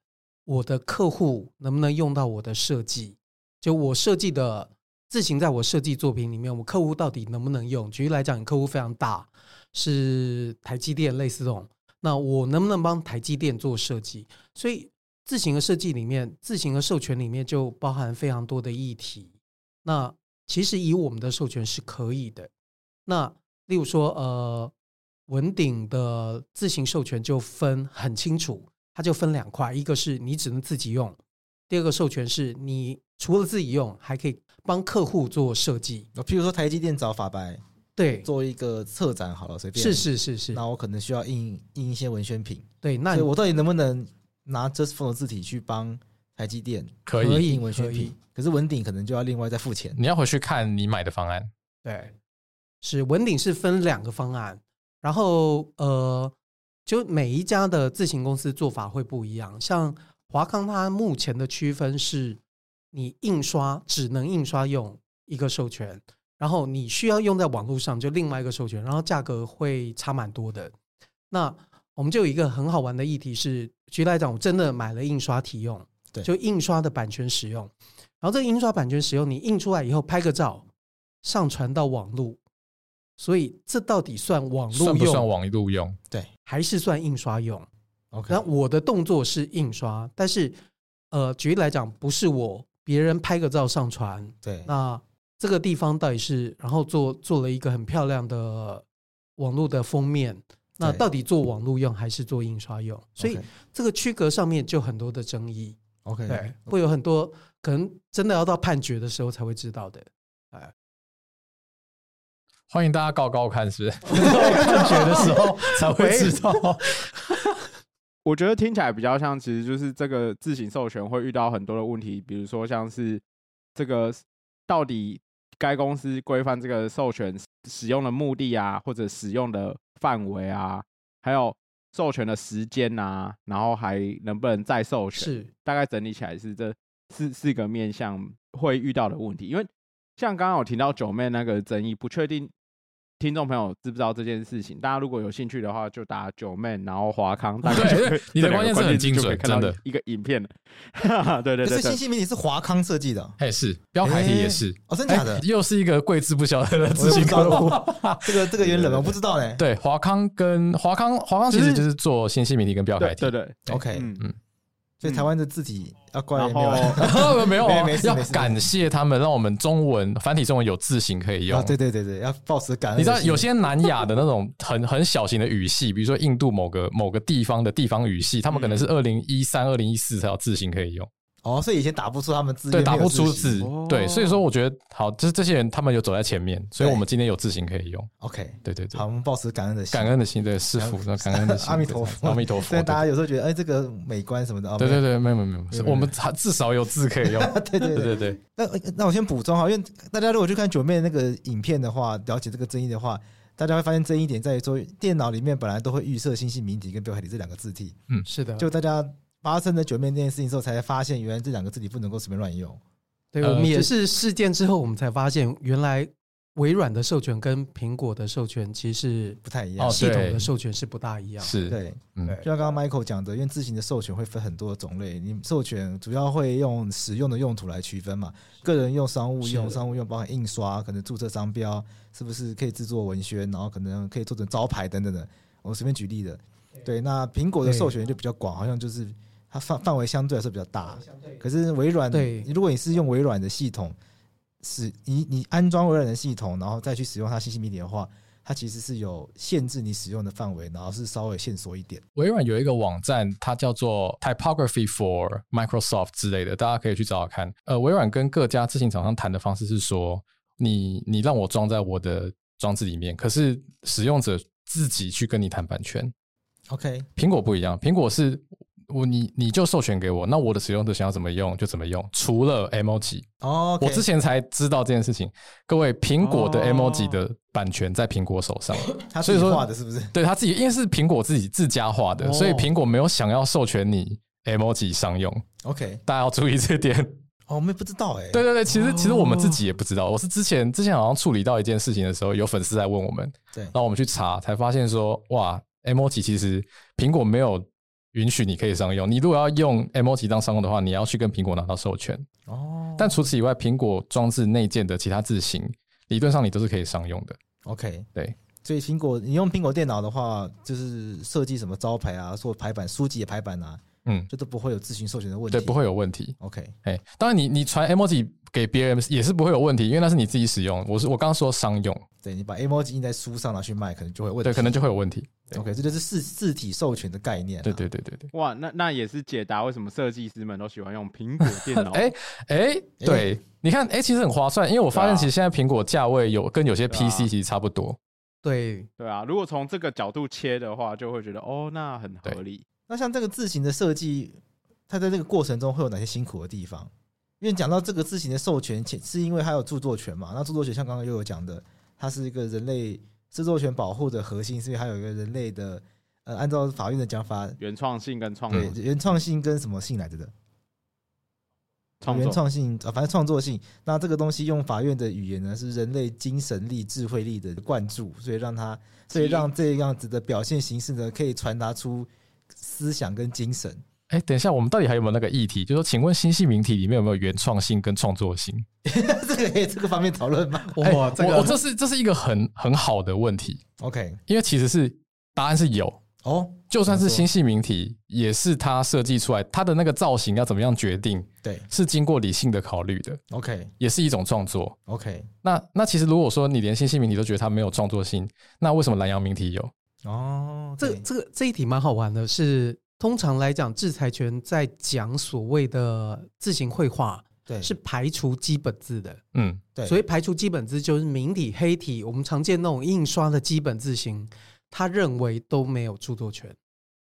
我的客户能不能用到我的设计？就我设计的字型，在我设计作品里面，我客户到底能不能用？举例来讲，你客户非常大，是台积电类似这种，那我能不能帮台积电做设计？所以自行的设计里面，自行的授权里面就包含非常多的议题。那其实以我们的授权是可以的。那例如说，呃，文鼎的自行授权就分很清楚，它就分两块，一个是你只能自己用，第二个授权是你除了自己用，还可以帮客户做设计。呃譬如说台积电找法白对，做一个策展好了，随便是，是是是，那我可能需要印印一些文宣品，对，那所以你我到底能不能拿 Just Phone 的字体去帮台积电可可以，以印文宣品？可是文鼎可能就要另外再付钱。你要回去看你买的方案。对，是文鼎是分两个方案，然后呃，就每一家的自行公司做法会不一样。像华康，它目前的区分是，你印刷只能印刷用一个授权，然后你需要用在网络上就另外一个授权，然后价格会差蛮多的。那我们就有一个很好玩的议题是，举例来讲，我真的买了印刷体用，对就印刷的版权使用，然后这个印刷版权使用，你印出来以后拍个照，上传到网络，所以这到底算网络算不用，算网路用？还是算印刷用？ OK，那我的动作是印刷，但是呃，举例来讲，不是我别人拍个照上传，对，那这个地方到底是，然后做做了一个很漂亮的网络的封面，那对到底做网络用还是做印刷用？所以这个区隔上面就很多的争议， OK，对，会有很多可能真的要到判决的时候才会知道的。欢迎大家告告看， (laughs) 是不是？ (laughs) 判决的时候才会知道。我觉得听起来比较像，其实就是这个自行授权会遇到很多的问题，比如说像是这个到底该公司规范这个授权使用的目的啊，或者使用的范围啊，还有授权的时间啊，然后还能不能再授权？ (laughs) 是，大概整理起来是这四四个面向会遇到的问题。因为像刚刚我提到九妹那个争议，不确定听众朋友知不知道这件事情。大家如果有兴趣的话，就打九妹，然后华康，大概对就对 (laughs) 会你这的两关键个字字很精就可以准看到真的一个影片了。 (laughs) 哈哈对对可对是对新，新媒体是华康设计的哦，它也哎是标牌体也是，哦，真假的哎？又是一个贵之不小的我自也不行知客户。道，这个这个有点冷门，我不知道嘞。对，华康跟华康，华康其实就是做新西媒体跟标牌对体对。对， OK，嗯，所以台湾的字体要怪然没有 (laughs) 后啊？没有啊没没事要没事感谢他们，让我们中文繁体中文有字型可以用。啊对对对对，要保持感恩 (laughs) 你的知心。道有些南亚的那种很很小型的语系，比如说嗯印度某个某个地方的地方语系，他们可能是二零一三、二零一四才有字型可以用。哦，所以以前打不出他们字，对，打不字。出字哦，对，所以说我觉得好，就是这些人他们有走在前面，所以对我们今天有字形可以用， OK，对对对好，，我们保持感恩的心，感恩的心，对，师傅，那感恩的心，阿弥陀佛，对阿弥陀佛，虽然大家对有时候觉得，哎，这个美观什么的，哦对对没有对，没有没有没有，是我们至少有字可以用， (laughs) 对对对对对对，那那我先补充哈，因为大家如果去看九妹那个影片的话，了解这个争议的话，大家会发现争议点在于说，电脑里面本来都会预设新兴名体跟标楷体这两个字体，是的，就大家发生了九妹这件事情之后，才发现原来这两个字体不能够随便乱用。对，呃我们也这是事件之后，我们才发现原来微软的授权跟苹果的授权其实不太一样。哦系统对的授权是不大一样。是，对，嗯就像刚刚 Michael 讲的，因为字形的授权会分很多种类，你授权主要会用使用的用途来区分嘛，个人用、商务用、是商务用包含印刷，可能注册商标，是不是可以制作文宣，然后可能可以做成招牌等等的。我随便举例的，对，那苹果的授权就比较广，好像就是它范范围相对来说比较大。可是微软，对如果你是用微软的系统，使你你安装微软的系统，然后再去使用它信息媒体的话，它其实是有限制你使用的范围，然后是稍微限缩一点。微软有一个网站，它叫做 Typography for Microsoft 之类的，大家可以去找找看。呃，微软跟各家自行厂商谈的方式是说，你你让我装在我的装置里面，可是使用者自己去跟你谈版权。 OK，苹果不一样，苹果是我你你就授权给我，那我的使用者想要怎么用就怎么用，除了 emoji。哦我之前才知道这件事情，各位，苹果的哦 emoji 的版权在苹果手上。他所以自己说画的是不是？对他自己，因为是苹果自己自家化的，哦所以苹果没有想要授权你 emoji 商用， OK，大家要注意这点。哦，我们也不知道哎、对对对，其实其实我们自哦己也不知道，我是之前之前好像处理到一件事情的时候，有粉丝来问我们，对然后我们去查才发现说，哇，emoji 其实苹果没有允许你可以商用，你如果要用 emoji 当商用的话，你要去跟苹果拿到授权。哦，但除此以外，苹果装置内建的其他字型，理论上你都是可以商用的。 OK，对，所以苹果你用苹果电脑的话，就是设计什么招牌啊，做排版、书籍的排版啊，嗯，这都不会有自行授权的问题，对，不会有问题。 OK，哎，当然你你传 emoji 给别人也是不会有问题，因为那是你自己使用。我是我刚刚说商用，对你把 emoji 印在书上拿去卖，可能就会有问题，对，可能就会有问题。 OK，这就是字字体授权的概念、啊，对对对对对。哇，那那也是解答为什么设计师们都喜欢用苹果电脑。 (laughs) 哎哎，对，你看，哎，其实很划算，因为我发对现啊其实现在苹果价位有跟有些对啊 PC 其实差不多。 (laughs) 对，对啊，如果从这个角度切的话，就会觉得哦，那很合理。那像这个字形的设计，它在这个过程中会有哪些辛苦的地方？因为讲到这个字形的授权，前是因为它有著作权嘛。那著作权像刚刚又有讲的，它是一个人类著作权保护的核心，所以它有一个人类的呃，按照法院的讲法，原创性跟创对作，原创性跟什么性来着的？创原作，创性啊，反正创作性。那这个东西用法院的语言呢，是人类精神力、智慧力的灌注，所以让它，所以让这样子的表现形式呢，可以传达出思想跟精神。哎，等一下，我们到底还有没有那个议题？就说，请问新系名体里面有没有原创性跟创作性？ (laughs) 这个可以这个方面讨论吗哎哇，这我我个这是这是一个很很好的问题， ？OK，因为其实是答案是有，哦，就算是怎么说新系名体，也是它设计出来，它的那个造型要怎么样决定，对是经过理性的考虑的， ，OK，OK，、也是一种创作。那那其实如果说你连新系名体都觉得它没有创作性，那为什么南洋名体有？哦，这对这个这一题蛮好玩的是，通常来讲，制裁权在讲所谓的字形绘画对是排除基本字的，嗯，对所以排除基本字就是明体、黑体，我们常见那种印刷的基本字形，他认为都没有著作权，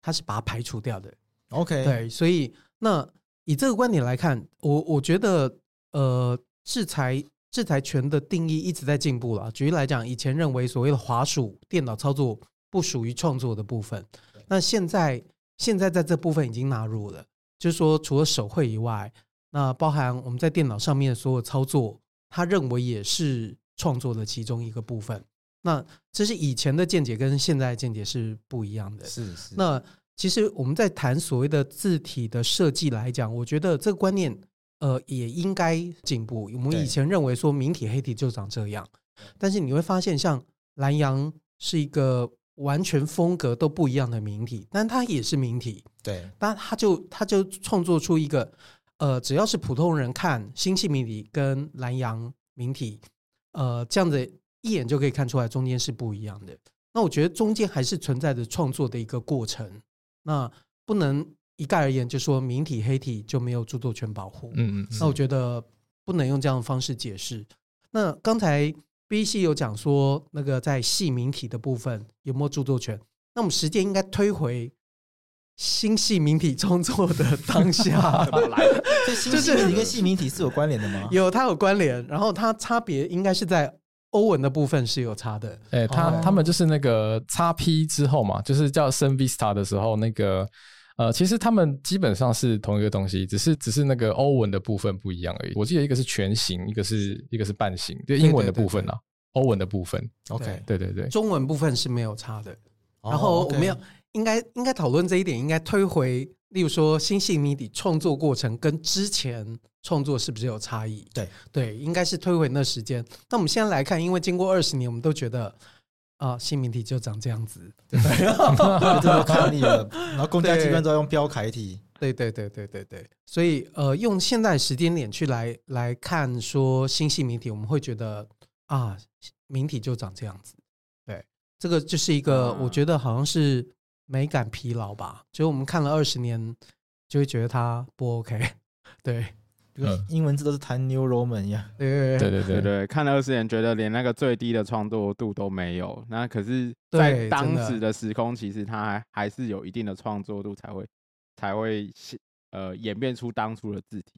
他是把它排除掉的。 OK，对，所以那以这个观点来看，我我觉得呃，制裁制裁权的定义一直在进步了。举例来讲，以前认为所谓的滑鼠电脑操作不属于创作的部分，那现在现在在这部分已经纳入了，就是说除了手绘以外，那包含我们在电脑上面所有操作，他认为也是创作的其中一个部分。那这是以前的见解跟现在的见解是不一样的。是是，那其实我们在谈所谓的字体的设计来讲，我觉得这个观念呃也应该进步。我们对以前认为说明体黑体就长这样，但是你会发现，像蓝洋是一个完全风格都不一样的明体，但它也是明体，对但它就它就创作出一个呃，只要是普通人看星系明体跟蓝洋明体，呃，这样子一眼就可以看出来中间是不一样的。那我觉得中间还是存在着创作的一个过程，那不能一概而言就说明体黑体就没有著作权保护。嗯嗯，那我觉得不能用这样的方式解释。那刚才 B C 有讲说，那个在细明体的部分有没有著作权？那我们实践应该推回新细明体创作的 (laughs) 当下，这新细明体跟细明体是有关联的吗？有它有关联，然后它差别应该是在欧文的部分是有差的。哎、他、哦他们就是那个叉 P 之后嘛，就是叫 Sun Vista 的时候，那个呃，其实他们基本上是同一个东西，只是只是那个欧文的部分不一样而已。我记得一个是全形，一个是一个是半形，就英文的部分啦，欧文的部分。 OK，对对对，中文部分是没有差的。哦然后我 OK (laughs) 们要应该应该讨论这一点，应该推回，例如说新细迷底创作过程跟之前创作是不是有差异？对对，应该是推回那时间。那我们现在来看，因为经过二十年，我们都觉得啊，新媒体就长这样子。这都看腻了。然后公家机关都要用标楷体，对对对对对对，所以呃，用现在时间点去来来看说新系媒体，我们会觉得啊，媒体就长这样子。对，这个就是一个、啊我觉得好像是美感疲劳吧，就是我们看了二十年，就会觉得它不 OK。对 (laughs) 这个嗯英文字都是谈 New Roman 一样。对对对对对对，看了二十年，觉得连那个最低的创作度都没有。那可是，对在当真的时的时空，其实它还还是有一定的创作度，才会才会呃演变出当初的字体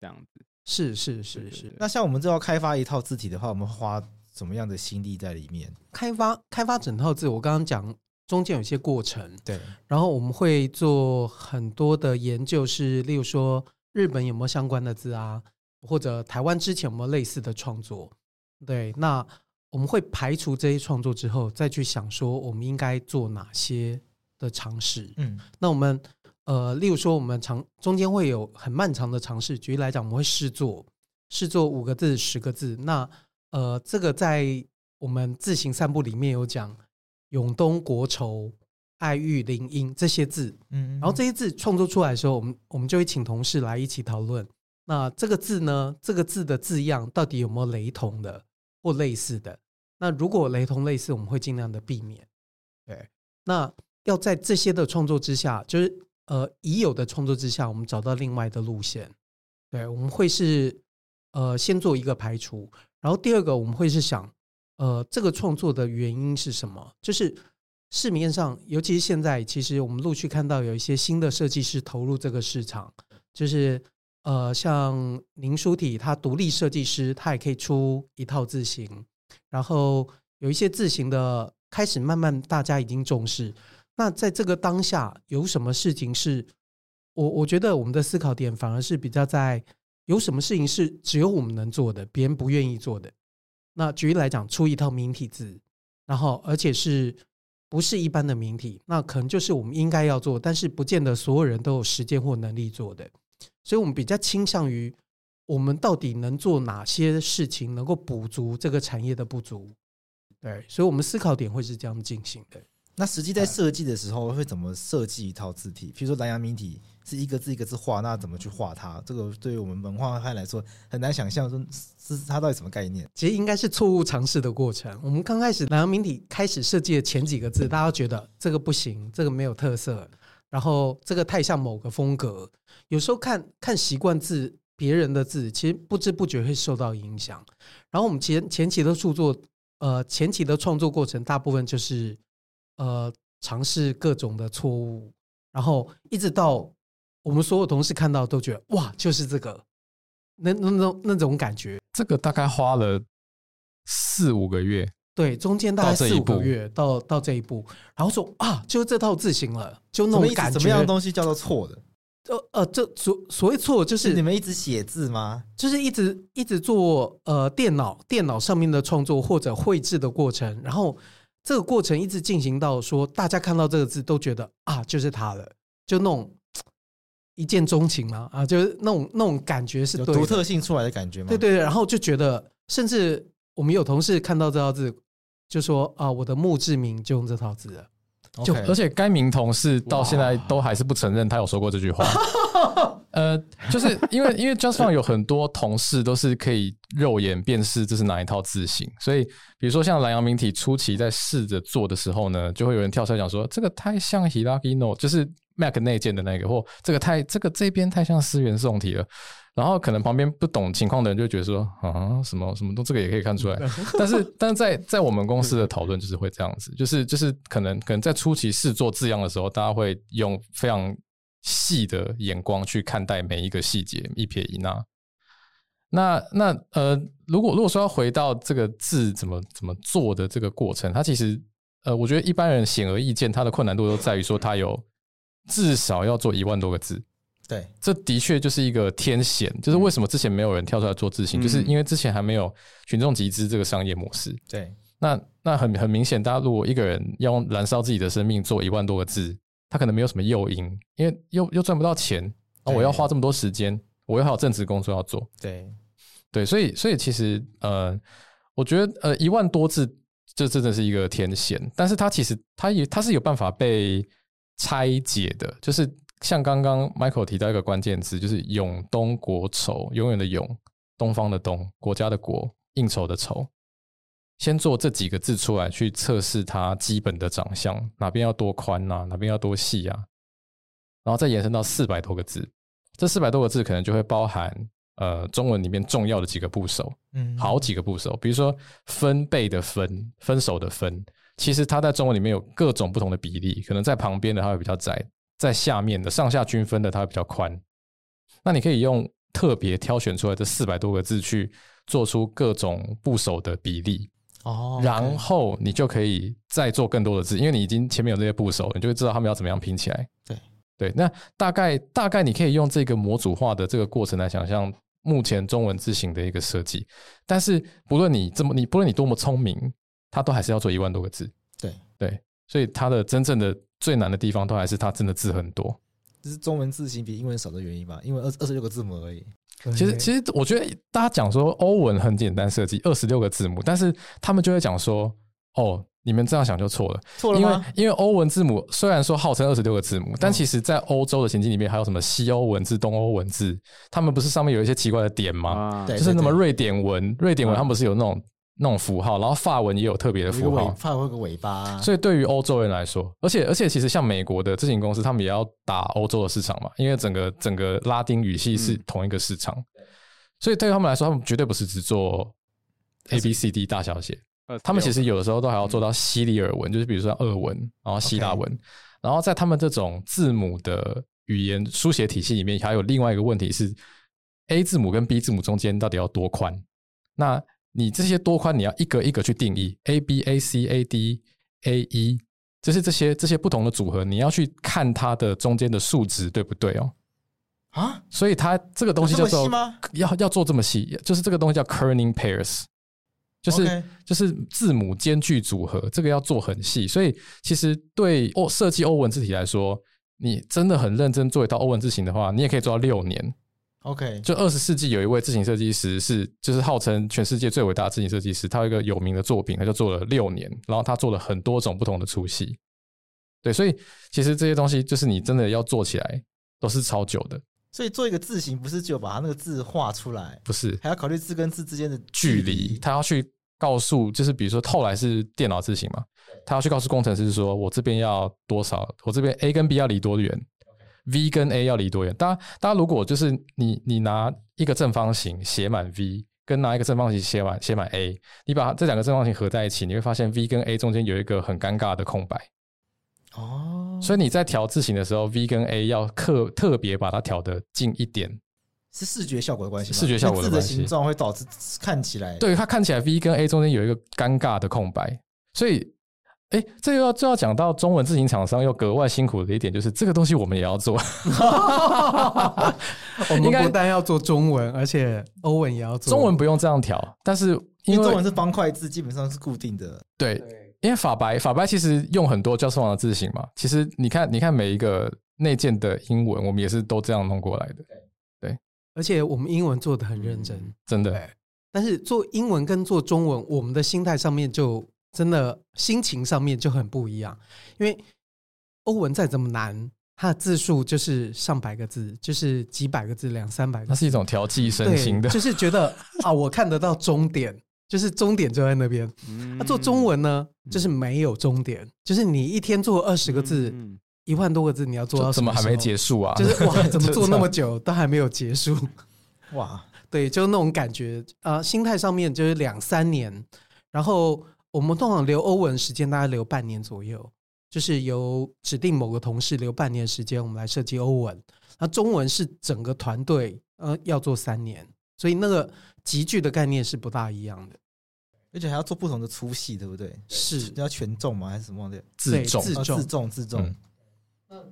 这样子。是是是对是。那像我们这要开发一套字体的话，我们花什么样的心力在里面？开发开发整套字，我刚刚讲中间有一些过程，对，然后我们会做很多的研究是，例如说日本有没有相关的字啊，或者台湾之前有没有类似的创作？对，那我们会排除这些创作之后，再去想说我们应该做哪些的尝试。嗯，那我们呃，例如说我们尝中间会有很漫长的尝试，举例来讲，我们会试做试做五个字、十个字。那呃，这个在我们自行散步里面有讲永东国仇、爱玉林荫这些字，嗯，然后这些字创作出来的时候，我们我们就会请同事来一起讨论。那这个字呢，这个字的字样到底有没有雷同的或类似的？那如果雷同类似，我们会尽量的避免。对，那要在这些的创作之下，就是呃已有的创作之下，我们找到另外的路线。对，我们会是呃先做一个排除，然后第二个我们会是想，呃，这个创作的原因是什么？就是市面上，尤其是现在，其实我们陆续看到有一些新的设计师投入这个市场，就是呃，像宁书体，它独立设计师，它也可以出一套字型，然后有一些字型的开始慢慢大家已经重视。那在这个当下，有什么事情是我我觉得我们的思考点反而是比较在有什么事情是只有我们能做的，别人不愿意做的。那举例来讲，出一套明体字，然后而且是不是一般的明体，那可能就是我们应该要做，但是不见得所有人都有时间或能力做的。所以我们比较倾向于我们到底能做哪些事情，能够补足这个产业的不足。对，所以我们思考点会是这样进行的。那实际在设计的时候会怎么设计一套字体？比如说蓝阳明体是一个字一个字画，那怎么去画它？这个对于我们文化派来说很难想象，说是是它到底什么概念？其实应该是错误尝试的过程。我们刚开始南洋明体开始设计的前几个字，大家都觉得这个不行，这个没有特色，然后这个太像某个风格。有时候看看习惯字别人的字，其实不知不觉会受到影响。然后我们前前期的著作，呃，前期的创作过程，大部分就是呃尝试各种的错误，然后一直到我们所有同事看到都觉得哇，就是这个，那那那那种感觉。这个大概花了四五个月，对，中间大概到这四一五个步月到到这一步，然后说啊，就这套字型了，就那什么种意思感？觉。什么样的东西叫做错的？呃呃，这所所谓错就是是你们一直写字吗？就是一直一直做呃电脑电脑上面的创作或者绘制的过程，然后这个过程一直进行到说大家看到这个字都觉得啊就是它了，就那种嘖一见钟情嘛啊，就是那种那种感觉是有对独的特性出来的感觉吗？对对对，然后就觉得，甚至我们有同事看到这套字，就说啊，我的墓志铭就用这套字了，就 OK 而且该名同事到现在都还是不承认他有说过这句话。呃，就是因为因为 Just Fun 有很多同事都是可以肉眼辨识这是哪一套字型，所以比如说像蓝阳明体初期在试着做的时候呢，就会有人跳出来讲说这个太像 Hiragino，就是 Mac 内建的那个，或这个太这个这边太像思源宋体了。然后可能旁边不懂情况的人就觉得说啊，什么什么都这个也可以看出来， (laughs) 但是但是在在我们公司的讨论就是会这样子，就是就是可能可能在初期试做字样的时候，大家会用非常细的眼光去看待每一个细节，一撇一捺。那那呃，如果如果说要回到这个字怎么怎么做的这个过程，它其实呃，我觉得一般人显而易见，它的困难度都在于说它有至少要做一万多个字，对，这的确就是一个天险，就是为什么之前没有人跳出来做自行，嗯就是因为之前还没有群众集资这个商业模式。对，那那很很明显，大家如果一个人要用燃烧自己的生命做一万多个字，他可能没有什么诱因，因为又又赚不到钱，然后我要花这么多时间，我又还有正职工作要做，对，对，所以所以其实呃，我觉得呃一万多字这真的是一个天险，但是它其实它也它是有办法被拆解的，就是像刚刚 Michael 提到一个关键字，就是永东国仇，永远的永，东方的东，国家的国，应酬的酬。先做这几个字出来，去测试它基本的长相，哪边要多宽啊，哪边要多细啊，然后再延伸到四百多个字，这四百多个字可能就会包含呃中文里面重要的几个部首，嗯，好几个部首，比如说分贝的分、分手的分，其实它在中文里面有各种不同的比例，可能在旁边的它会比较窄，在下面的上下均分的它会比较宽。那你可以用特别挑选出来这四百多个字去做出各种部首的比例，哦，然后你就可以再做更多的字，因为你已经前面有这些部首，你就会知道他们要怎么样拼起来。对对，那大概大概你可以用这个模组化的这个过程来想象目前中文字形的一个设计。但是不论你这么你不论你多么聪明，它都还是要做一万多个字。对对，所以它的真正的最难的地方，都还是它真的字很多。这是中文字形比英文少的原因吧？英文二二十六个字母而已。其实，其实我觉得大家讲说欧文很简单设计，二十六个字母，但是他们就会讲说，哦，你们这样想就错了。错因为？因为欧文字母虽然说号称二十六个字母，嗯但其实在欧洲的情境里面，还有什么西欧文字、东欧文字，他们不是上面有一些奇怪的点吗？啊，对嗯就是那么瑞典文，瑞典文他们不是有那种那种符号，然后法文也有特别的有一个符尾号，，发有个尾巴，所以对于欧洲人来说，而且而且其实像美国的自行公司，他们也要打欧洲的市场嘛，因为整个整个拉丁语系嗯是同一个市场，所以对于他们来说，他们绝对不是只做 A B C D 大小写， 26他们其实有的时候都还要做嗯到西里尔文，就是比如说像俄文，然后希腊文然后在他们这种字母的语言书写体系里面，还有另外一个问题是，A 字母跟 B 字母中间到底要多宽？那你这些多宽，你要一个一个去定义，A B A C A D A E，就是这些这些不同的组合，你要去看它的中间的数值对不对哦。啊，所以它这个东西有这么叫做细吗要要做这么细，就是这个东西叫 kerning pairs，就是、 OK 就是字母间距组合，这个要做很细。所以其实对欧设计欧文字体来说，你真的很认真做一套欧文字形的话，你也可以做到六年。 OK，就二十世纪有一位字形设计师是，就是号称全世界最伟大的字形设计师，他有一个有名的作品，他就做了六年，然后他做了很多种不同的粗细。对，所以其实这些东西就是你真的要做起来都是超久的，所以做一个字形，不是只有把它那个字画出来，不是还要考虑字跟字之间的距嗯离，他要去告诉，就是比如说后来是电脑字型嘛，他要去告诉工程师说，我这边要多少，我这边 A 跟 B 要离多远，V 跟 A 要离多远。大家大家如果就是你你拿一个正方形写满 V，跟拿一个正方形写满写满 A，你把这两个正方形合在一起，你会发现 V 跟 A 中间有一个很尴尬的空白。哦，所以你在调字形的时候，V 跟 A 要特特别把它调的近一点，是视觉效果的关系吗，视觉效果那字的关的系形状会导致看起来对，它看起来 V 跟 A 中间有一个尴尬的空白，所以，哎，这又要就要讲到中文自行厂商又格外辛苦的一点，就是这个东西我们也要做。 (laughs) 我应们该不但要做中文，而且欧文也要做中文不用这样调，但是因因为中为文是方块字，基本上是固定的。对，因为法白法白其实用很多教授网的字型嘛，其实你看你看每一个内建的英文，我们也是都这样弄过来的，而且我们英文做的很认嗯真，真的对。但是做英文跟做中文，我们的心态上面就真的心情上面就很不一样，因为欧文再怎么难，它的字数就是上百个字，就是几百个字，两三百它个字。是一种调剂身对，心的，就是觉得啊，我看得到终点，就是终点就在那边。嗯啊那、做中文呢，就是没有终点，就是你一天做二十个字，嗯一、万多个字，你要做到就怎么什还时没候？结束啊？就是 (laughs) 哇，怎么做那么久都还没有结束？哇，对，就那种感觉。呃，心态上面就是两三年，然后我们通常留欧文时间大概留半年左右，就是由指定某个同事留半年时间，我们来设计欧文。那中文是整个团队呃要做三年，所以那个集聚的概念是不大一样的。而且还要做不同的粗细，对不对？是要权重吗？还是什么的？自重对自啊重自重自重嗯，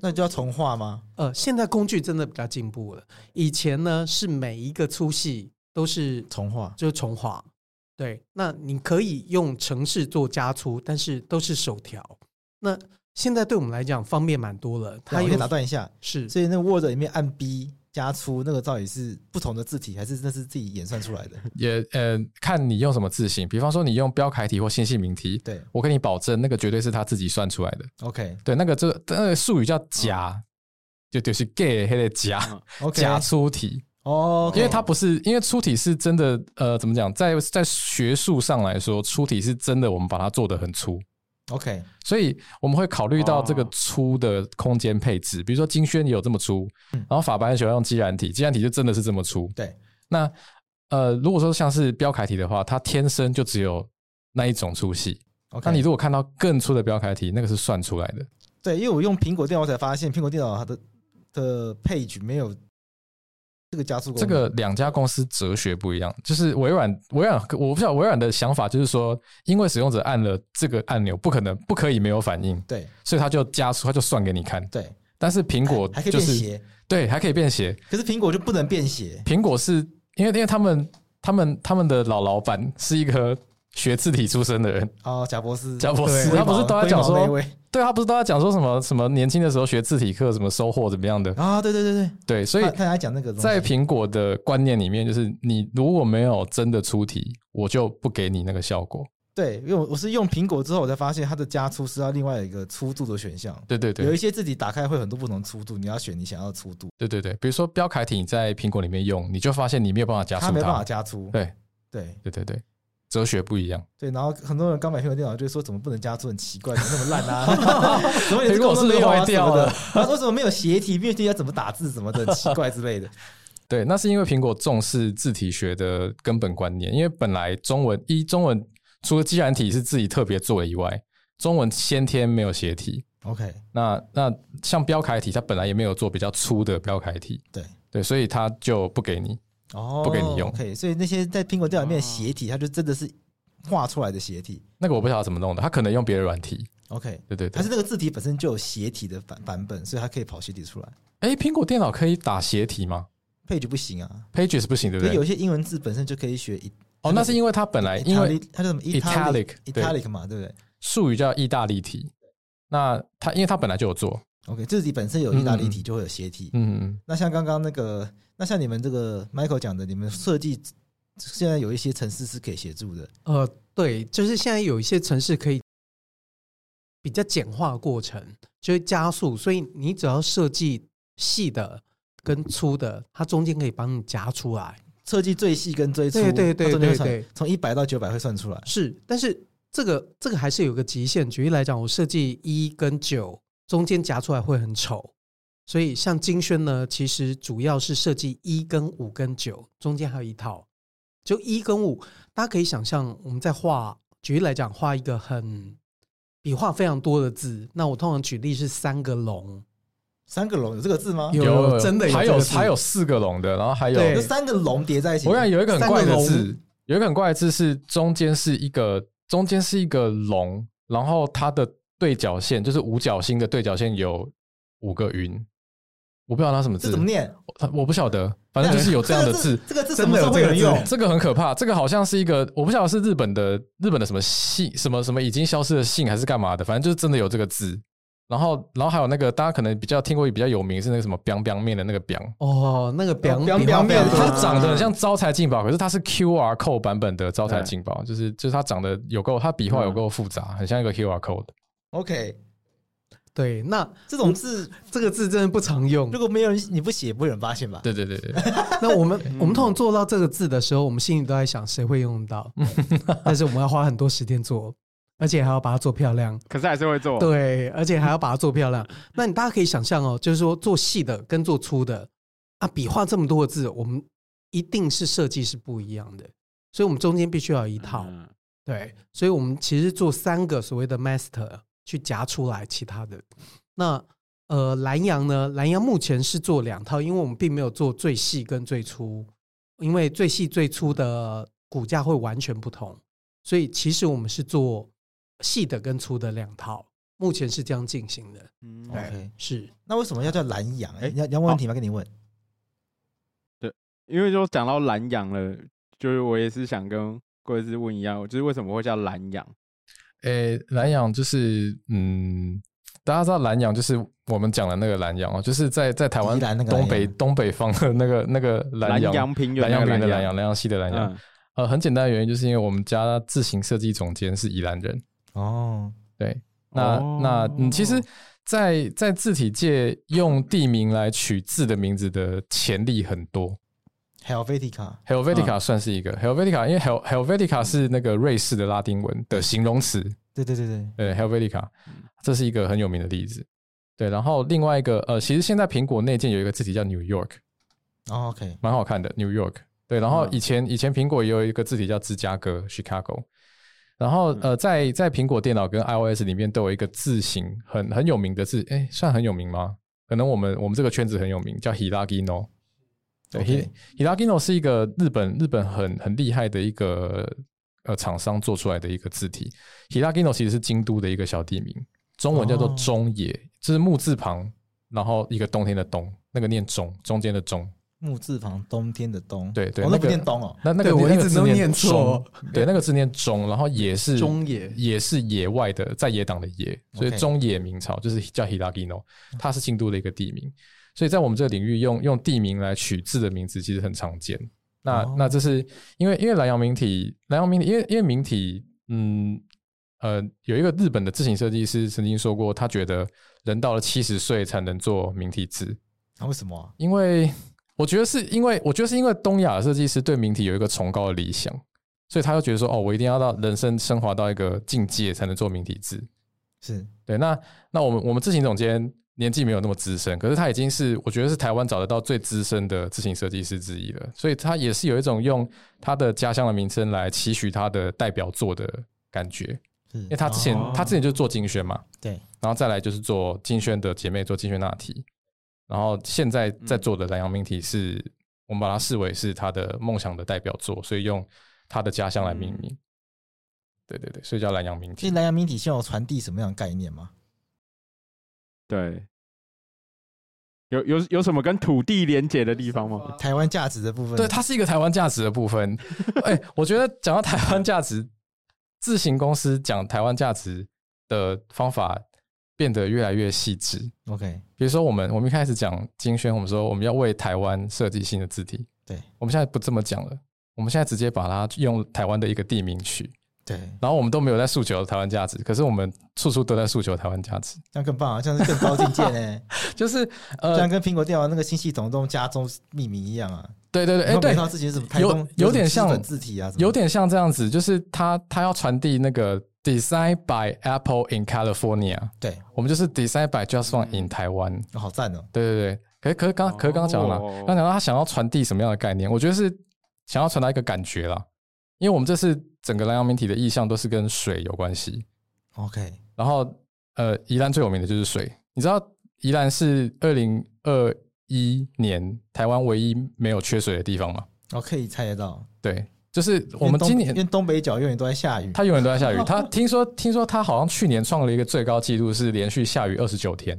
那就要重画吗？呃，现在工具真的比较进步了。以前呢是每一个粗细都是重画就是重画。对，那你可以用程式做加粗，但是都是手调。那现在对我们来讲方便蛮多了，它我有啊先打断一下，是所以那个 Word 里面按 B 加粗，那个到底是不同的字体，还是那是自己演算出来的？也呃，看你用什么字型，比方说你用标楷体或新细明体，对我跟你保证，那个绝对是他自己算出来的。 ，OK 对，那个这那个术语叫假，就就是 gay 黑的假。 OK，假粗体，哦，因为它不是，因为粗体是真的，呃，怎么讲，在在学术上来说，粗体是真的，我们把它做得很粗， OK 所以我们会考虑到这个哦粗的空间配置，比如说金轩也有这么粗，然后法白喜欢用基然体，基然体就真的是这么粗。嗯对，那呃，如果说像是标楷体的话，它天生就只有那一种粗细。 OK，那你如果看到更粗的标楷体，那个是算出来的。对，因为我用苹果电脑才发现，苹果电脑它的的 page 没有这个加速功这能。个两家公司哲学不一样，就是微软，微软我不知道微软的想法就是说，因为使用者按了这个按钮，不可能不可以没有反应，对所以它就加速，它就算给你看。对，但是苹果还可以就变是斜，对，还可以变斜，可是苹果就不能变斜。苹果是因为因为他们他们他们的老老板是一个学字体出身的人， (laughs) 哦，贾博士，贾博士对他不是都在讲说龟毛那位对他不是都在讲说什么什么年轻的时候学字体课什么收获怎么样的，啊？对对对对，对，所以他他还讲那个东西在苹果的观念里面，就是你如果没有真的出题，我就不给你那个效果。对，因为我我是用苹果之后，我才发现它的加粗是要另外一个粗度的选项。对对有一对，些字体打开会有很多不同的粗度，你要选你想要的粗度，对对对，比如说标楷体你在苹果里面用，你就发现你没有办法加速它它。没办法加粗。对对对对对，哲学不一样。对，然后很多人刚买苹果电脑就会说怎么不能加粗，很奇怪，怎么那么烂 (laughs) 啊？怎么你这苹果是功能没有啊坏掉了什么的？然后为什么没有斜体？没有斜体要怎么打字什么的，很奇怪之类的。对，那是因为苹果重视字体学的根本观念，因为本来中文一中文除了既然体是自己特别做的以外，中文先天没有斜体。 OK，那那像标楷体，它本来也没有做比较粗的标楷体，对对，所以它就不给你。哦， (laughs) 不给你用 OK，所以那些在苹果电脑里面的斜体，它就真的是画出来的斜体。那个我不晓得怎么弄的，他可能用别的软体。 OK，对对对它是，那个字体本身就有斜体的版版本，所以它可以跑斜体出来。哎，苹果电脑可以打斜体吗 Page 不行啊， ？Pages 不行，对不可是有对？一些英文字本身就可以学一哦，那是因为它本来因为 Italic- 它叫什么 Italic，对 italic 嘛，对不对术语叫意大利体，那它因为它本来就有做， ？OK，字体本身有意大利体，就会有斜体。嗯，那像刚刚那个，那像你们这个 Michael 讲的，你们设计现在有一些城市是可以协助的，呃，对，就是现在有一些城市可以比较简化过程，就会加速，所以你只要设计细的跟粗的，它中间可以帮你夹出来。设计最细跟最粗，对对对它中间会对对算从一百到九百会算出来。是，但是这个这个还是有个极限。举例来讲，我设计一跟九中间夹出来会很丑，所以像金轩呢，其实主要是设计一跟五跟九中间还有一套，就一跟五，大家可以想象我们在画，举例来讲，画一个很笔画非常多的字，那我通常举例是三个龙，三个龙有这个字吗？有有真的有还这有个字还有四个龙的，然后还有对有三个龙叠在一起。我看有一个很怪的三个字龙，有一个很怪的字是中间是一个中间是一个龙，然后它的对角线就是五角星的对角线有五个云，我不知道它什么这字怎么，念？我我不晓得，反正就是有这样的字。这个字真什么的时候会有有人这个用字？这个很可怕，这个好像是一个我不晓得是日本的日本的什么姓什么什么已经消失的姓还是干嘛的，反正就是真的有这个字。然后，然后还有那个大家可能比较听过比较有名是那个什么 biang biang 面的那个 biang，哦，那个表表笔表画非常面多它它长得很像招财进宝，可是它是 QR code 版本的招财进宝，就是就是它长得有够，它笔画有够复杂，很像一个 QR code。 OK，对，那这种字这个字真的不常用如。果没有人你不写，不会有人发现吧？对对对对， (laughs) 那我们我们通常做到这个字的时候，我们心里都在想谁会用到，但是我们要花很多时间做，而且还要把它做漂亮。可是还是会做。对，而且还要把它做漂亮。那你大家可以想象哦，就是说做细的跟做粗的啊，笔画这么多的字，我们一定是设计是不一样的，所以我们中间必须要有一套。嗯对，所以我们其实做三个所谓的 master 去夹出来其他的。那呃，蓝洋呢？蓝洋目前是做两套，因为我们并没有做最细跟最粗，因为最细最粗的骨架会完全不同，所以其实我们是做细的跟粗的两套，目前是这样进行的。嗯对 OK 是那为什么要叫蓝羊？哎，哎你要你哦要问问题吗？跟你问，因为就讲到蓝洋了，就是我也是想跟贵司问一样，就是为什么会叫蓝洋？ (laughs) 诶、蓝洋就是嗯，大家知道蓝洋就是我们讲的那个蓝洋哦，就是在在台湾宜兰那个蓝东北洋东北方的那个那个蓝洋，洋平原蓝洋那平个原的蓝蓝洋，洋蓝洋系的蓝洋。嗯，呃，很简单的原因就是因为我们家自行设计总监是宜兰人，哦，对，那、哦那嗯，其实在，在字体界用地名来取字的名字的潜力很多。 Helvetica Helvetica 算是一个、Helvetica，因为 Hel Helvetica 是那个瑞士的拉丁文的形容词，对对对对，呃，Helvetica，这是一个很有名的例子。对，然后另外一个，呃，其实现在苹果内建有一个字体叫 New York，哦 OK，蛮好看的 New York。对，然后嗯以前、以前苹果也有一个字体叫芝加哥 Chicago，然嗯后呃，在在苹果电脑跟 iOS 里面都有一个字形很很有名的字，哎，算很有名吗？可能我们我们这个圈子很有名，叫 Hiragino。对 OK h i r a g i n o 是一个日本日本很很厉害的一个呃厂商做出来的一个字体。Hiragino 其实是京都的一个小地名，中文叫做哦中野，就是木字旁，然后一个冬天的冬，那个念中，中间的中。木字旁冬天的冬，对对哦那那不个念冬哦，那那个对我那个一直字都念念错中，对，那个字念中，然后也是中野也是野外的，在野党的野，所以 OK 中野明朝就是叫 Hiragino，它嗯是京都的一个地名，所以在我们这个领域用用地名来取字的名字其实很常见。那、哦那这是因为因为南洋明体，南洋明体，因为因为明体，嗯呃，有一个日本的字形设计师曾经说过，他觉得人到了七十岁才能做明体字，啊为什么啊？因为我觉得是因为我觉得是因为东亚的设计师对名体有一个崇高的理想，所以他就觉得说，哦，我一定要到人生升华到一个境界才能做名体字。是对，那那我们我们自行总监年纪没有那么资深，可是他已经是我觉得是台湾找得到最资深的自行设计师之一了，所以他也是有一种用他的家乡的名称来期许他的代表作的感觉，是，因为他之前、哦他之前就是做金宣嘛，对然后再来就是做金萱的姐妹做金萱那题，然后现在在做的南洋命题是、我们把它视为是他的梦想的代表作，所以用他的家乡来命名。对对对，所以叫南洋命其题实。蓝洋明体希望我传递什么样的概念吗？对。有有有什么跟土地连接的地方吗？台湾价值的部分，对，它是一个台湾价值的部分。哎、我觉得讲到台湾价值，自行公司讲台湾价值的方法变得越来越细致。 OK，比如说，我们我们一开始讲金萱，我们说我们要为台湾设计新的字体，对我们现在不这么讲了，我们现在直接把它用台湾的一个地名取，对，然后我们都没有在诉求台湾价值，可是我们处处都在诉求台湾价值， (laughs) 这样更棒啊，这样是更高境界呢，就是这呃样，跟苹果电脑那个新系统都加中命名一样啊。对对对，哎、然后每对套，自己是什么台有东什有么点日本像字体啊，什么有点像这样子，就是它它要传递那个 design by Apple in California，对，我们就是 design by Just One in 台湾，哦好赞哦，对对对，可是可是刚可是刚刚讲了哦，刚讲到他想要传递什么样的概念，我觉得是想要传达一个感觉啦，因为我们这次整个蓝阳明体的意象都是跟水有关系， OK，然后呃，宜兰最有名的就是水，你知道宜兰是二零二一年台湾唯一没有缺水的地方吗？我哦可以猜得到。对，就是我因们为东因今年为东北角永远都在下雨，它永远都在下雨， (laughs) 它听说听说它好像去年创了一个最高纪录，是连续下雨二十九天。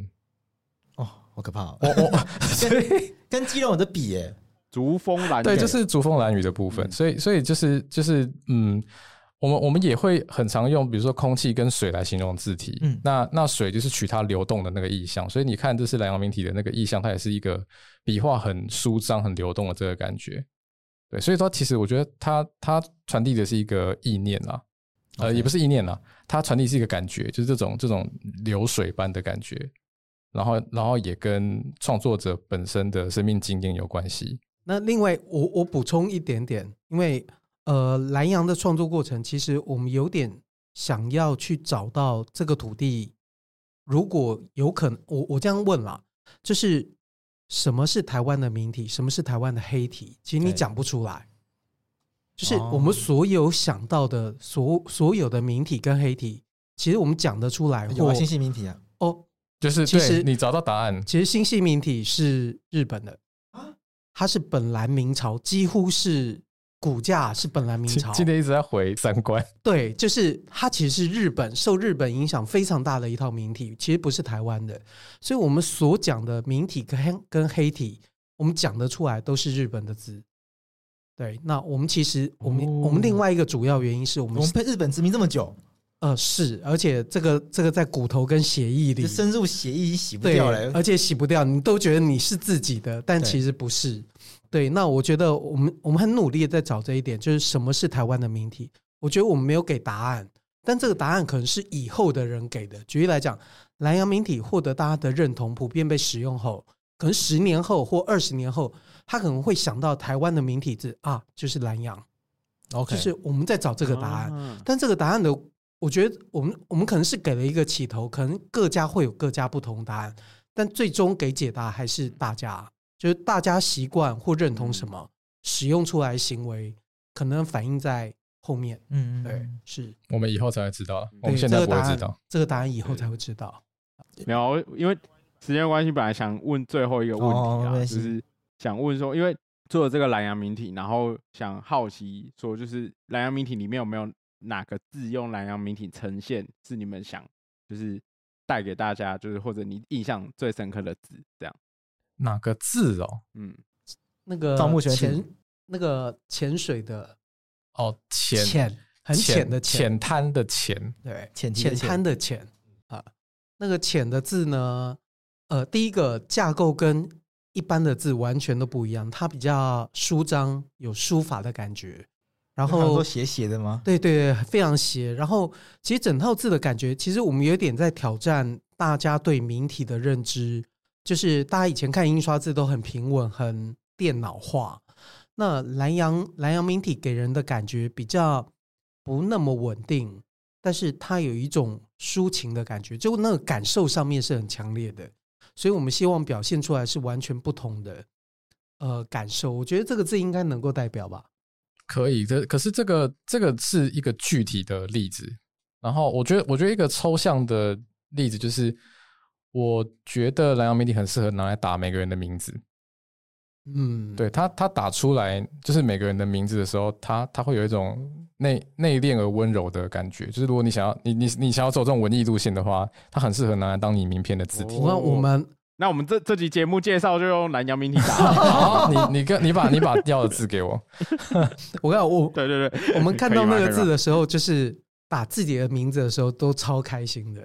哦，好可怕哦，我 (laughs) 我所以跟基隆有的比耶，竹峰蓝对，洋就是竹风蓝雨的部分，嗯所以所以就是就是嗯，我们我们也会很常用，比如说空气跟水来形容字体。嗯那那水就是取它流动的那个意象，所以你看这是蓝阳明体的那个意象，它也是一个笔画很舒张、很流动的这个感觉。对，所以说其实我觉得它它传递的是一个意念啦，呃， OK 也不是意念啦，它传递是一个感觉，就是这种这种流水般的感觉，然后然后也跟创作者本身的生命经验有关系。那另外，我我补充一点点，因为呃，蓝洋的创作过程，其实我们有点想要去找到这个土地，如果有可能，我我这样问啦，就是什么是台湾的明体，什么是台湾的黑体，其实你对讲不出来。就是哦我们所有想到的所所有的明体跟黑体，其实我们讲得出来有或啊，新系名体啊，哦，就是其对实你找到答案，其实新系明体是日本的，啊它是本来明朝，几乎是骨架是本来明今朝。今天一直在回三观，对，就是它其实是日本受日本影响非常大的一套明体，其实不是台湾的。所以我们所讲的明体跟黑跟黑体，我们讲得出来都是日本的字。对，那我们其实哦我们、我们另外一个主要原因是我我们们被日本殖民这么久，呃是，而且这个这个在骨头跟血液里这深入血液已经洗不对，掉了。而且洗不掉，你都觉得你是自己的，但对其实不是。对，那我觉得我们我们很努力的在找这一点，就是什么是台湾的命题。我觉得我们没有给答案，但这个答案可能是以后的人给的。举例来讲，蓝洋明体获得大家的认同，普遍被使用后，可能十年后或二十年后，他可能会想到台湾的明体字啊，就是蓝洋， OK，就是我们在找这个答案。啊但这个答案的，我觉得我们我们可能是给了一个起头，可能各家会有各家不同答案，但最终给解答还是大家，就是大家习惯或认同什么，使用出来的行为可能反映在后面。嗯，嗯对嗯，是我们以后才会知道了，我们对现这在个不会答知案道。这个答案以后才会知道。没有，我因为时间关系，本来想问最后一个问哦题没啊，关就系是想问说，因为做了这个蓝牙明体，然后想好奇说，就是蓝牙明体里面有没有哪个字用蓝牙明体呈现是你们想就是带给大家，就是或者你印象最深刻的字，这样，哪个字哦？嗯，那个造木学潜体那个潜水的哦，浅潜，很浅的浅滩的浅，对，浅提的浅浅滩的浅啊，那个浅的字呢，呃，第一个架构跟一般的字完全都不一样，它比较舒张，有书法的感觉，然有很后多写写的吗？对对对，非常斜。然后其实整套字的感觉，其实我们有点在挑战大家对明体的认知，就是大家以前看印刷字都很平稳、很电脑化，那蓝洋蓝洋明体给人的感觉比较不那么稳定，但是它有一种抒情的感觉，就那个感受上面是很强烈的，所以我们希望表现出来是完全不同的呃感受。我觉得这个字应该能够代表吧。可以。这可是这个这个是一个具体的例子。然后我觉得，我觉得一个抽象的例子就是，我觉得蓝洋媒体很适合拿来打每个人的名字。嗯，对他，他打出来就是每个人的名字的时候，他他会有一种内内敛而温柔的感觉。就是如果你想要你你你想要走这种文艺路线的话，它很适合拿来当你名片的字体。我们我们那我们这这集节目介绍就用蓝牙明体 (laughs) 哦打，好，你你跟你把你把要的字给 (laughs) 我，我看我对对对，我们看到可以吗那个字，可以吗的时候，就是打自己的名字的时候都超开心的。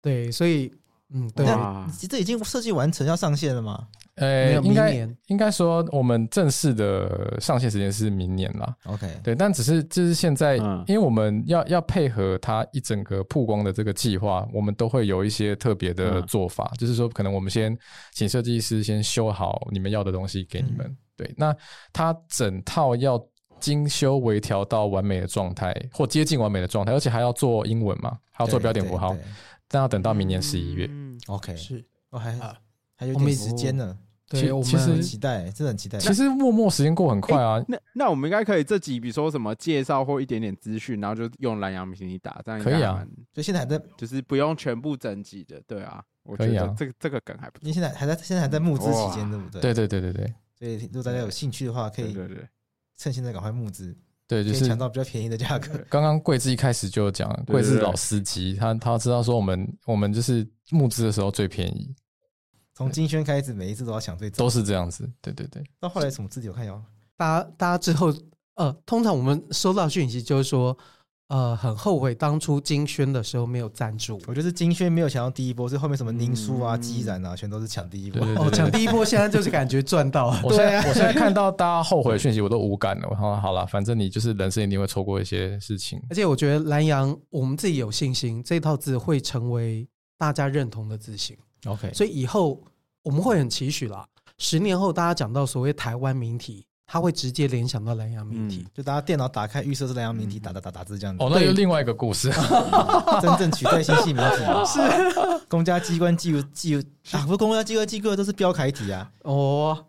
对，所以嗯，对，哇，这已经设计完成要上线了吗没呃，有应明该年应该说我们正式的上线时间是明年啦。 ？OK，对，但只是就是现在，嗯因为我们要要配合它一整个曝光的这个计划，我们都会有一些特别的嗯做法，就是说，可能我们先请设计师先修好你们要的东西给你们。对，那它整套要精修微调到完美的状态，或接近完美的状态，而且还要做英文嘛，还要做标点符号对，对对但要等到明年十一月。嗯 OK，是我还啊还有我们点一直时间呢，其对我其很们实期待，真的很期待。其实默默时间过很快啊，那那我们应该可以这集，比如说什么介绍或一点点资讯，然后就用蓝牙明体打，这样应该可以啊还蛮所以现在还在，就是不用全部整集的，对啊，我觉可以得啊这个这个梗还不错，因为现在还在现在还在募资期间，哇对不对？对。对对对对所以如果大家有兴趣的话，可对以对对，趁现在赶快募资，对，可就以是抢到比较便宜的价格。刚刚桂枝一开始就有讲，对对桂对枝老司机，他他知道说我们我们就是募资的时候最便宜，从金轩开始，每一次都要抢最早。都是这样子。对对对，到后来什么字体我看有，大家大家之后呃，通常我们收到讯息就是说，呃很后悔当初金轩的时候没有赞助。我觉得是金轩没有抢到第一波，是后面什么宁书啊、嗯基然啊，全都是抢第一波对。对对。哦，抢第一波现在就是感觉赚到 (laughs) 了我现啊在、我现在看到大家后悔的讯息，我都无感了。我说好了，反正你就是人生一定会错过一些事情。而且我觉得蓝洋，我们自己有信心，这套字会成为大家认同的字型， (laughs) OK，所以以后我们会很期许啦。十年后，大家讲到所谓台湾名体，他会直接联想到蓝洋嗯名嗯体。就大家电脑打开预设是蓝洋明体，嗯打打打打字这样子哦，，那又另外一个故 (laughs) 事。真正取 (laughs) 代新系名体是公家机关记录记录啊，不是公家机关记录都是标楷体啊，哦，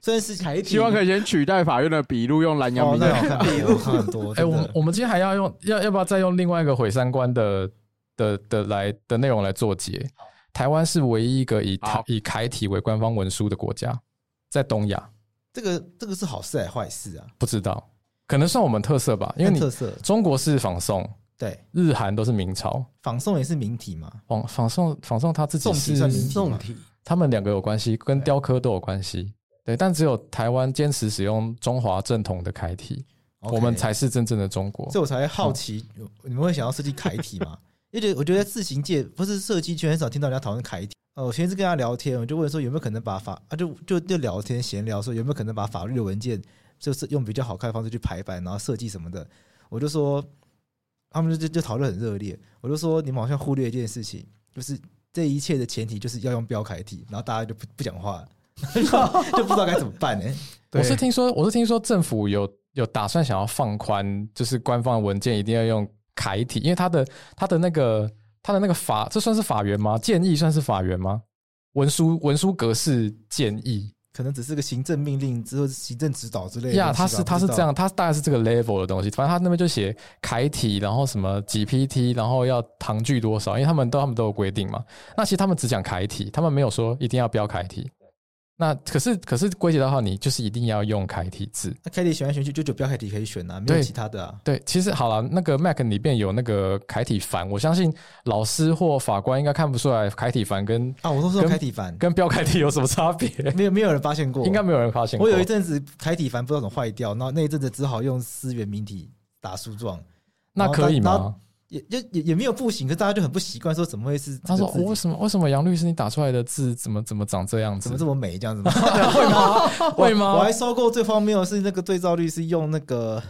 虽然是楷体希望可以先取代法院的笔录，用蓝牙哦，笔啊那好看，笔 (laughs) 录很多。哎、真我的们我们今天还要用要要不要再用另外一个毁三观的的的来的内容来做结？台湾是唯一一个以台好以楷体为官方文书的国家，在东亚这个这个是好事还是坏事啊？不知道，可能算我们特色吧，因为看你特色中国是仿宋，对，日韩都是明朝，仿宋也是名体嘛，仿仿宋仿宋他自己宋体算明是体吗宋体，他们两个有关系，跟雕刻都有关系。对，但只有台湾坚持使用中华正统的楷体 OK 我们才是真正的中国所以。我才会好奇，你们会想要设计楷体吗？因为我觉得自行界不是设计圈很少听到人家讨论楷体。呃，我前一次跟他聊天，我就问说有没有可能把法啊，就就就聊天闲聊说有没有可能把法律的文件就是用比较好看的方式去排版，然后设计什么的。我就说他们就就就讨论很热烈，我就说你们好像忽略一件事情，就是这一切的前提就是要用标楷体，然后大家就不不讲话了， (laughs) 就不知道该怎么办欸呢、我对是听说，我是听说政府有有打算想要放宽，就是官方文件一定要用楷体，因为它的它的那个它的那个法，这算是法源吗？建议算是法源吗？文书文书格式建议可能只是个行政命令之后行政指导之类的东西吧。呀，它是它是不知这道样，它大概是这个 level 的东西。反正它那边就写楷体，然后什么几 PT，然后要堂距多少，因为他们都他们都有规定嘛。那其实他们只讲楷体，他们没有说一定要标楷体。那可是可是归结到话，你就是一定要用楷体字。那凯蒂选来选去就只有标凯蒂可以选啊，没有对其他的啊。对，其实好了，那个 Mac 里边有那个楷体繁，我相信老师或法官应该看不出来楷体繁跟啊，我都说跟凯蒂凡，跟标楷体有什么差别，没有没有人发现过， (laughs) 应该没有人发现过。我有一阵子凯蒂凡不知道怎么坏掉，然后那一阵子只好用思源明体打诉状，那可以然后吗？也就也也没有不行，可是大家就很不习惯，说怎么会是这他个说哦字我为什么为什么杨律师你打出来的字怎么怎么长这样怎子么？这么美这样子 (laughs) 吗？ (laughs) 会吗？我还收过最荒谬的是那个对照率是用那个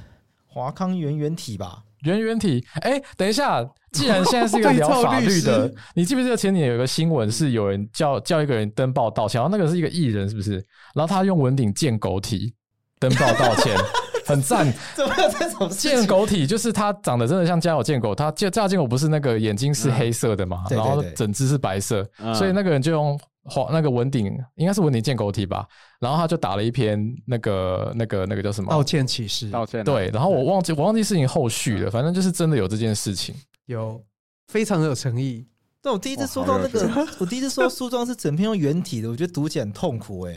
华康圆圆体吧， (laughs) 圆圆体，哎、等一下，既然现在是一个聊法律的，你记不记得前几年有个新闻是有人叫叫一个人登报道歉，然后那个是一个艺人，是不是？然后他用文鼎见狗体登报道歉，很赞。怎么有这种事见狗体就是他长得真的像家有见狗，他家家有见狗不是那个眼睛是黑色的嘛，对对然后对整只是白色，嗯所以那个人就用黄那个文鼎，应该是文鼎见狗体吧，然后他就打了一篇那个那个那个叫什么道歉启事道歉啊。对，然后我忘记我忘记事情后续嗯了，反正就是真的有这件事情。有非常有诚意，但我第一次收到那个，我第一次收到诉状是整篇用圆体的，我觉得读起来很痛苦哎、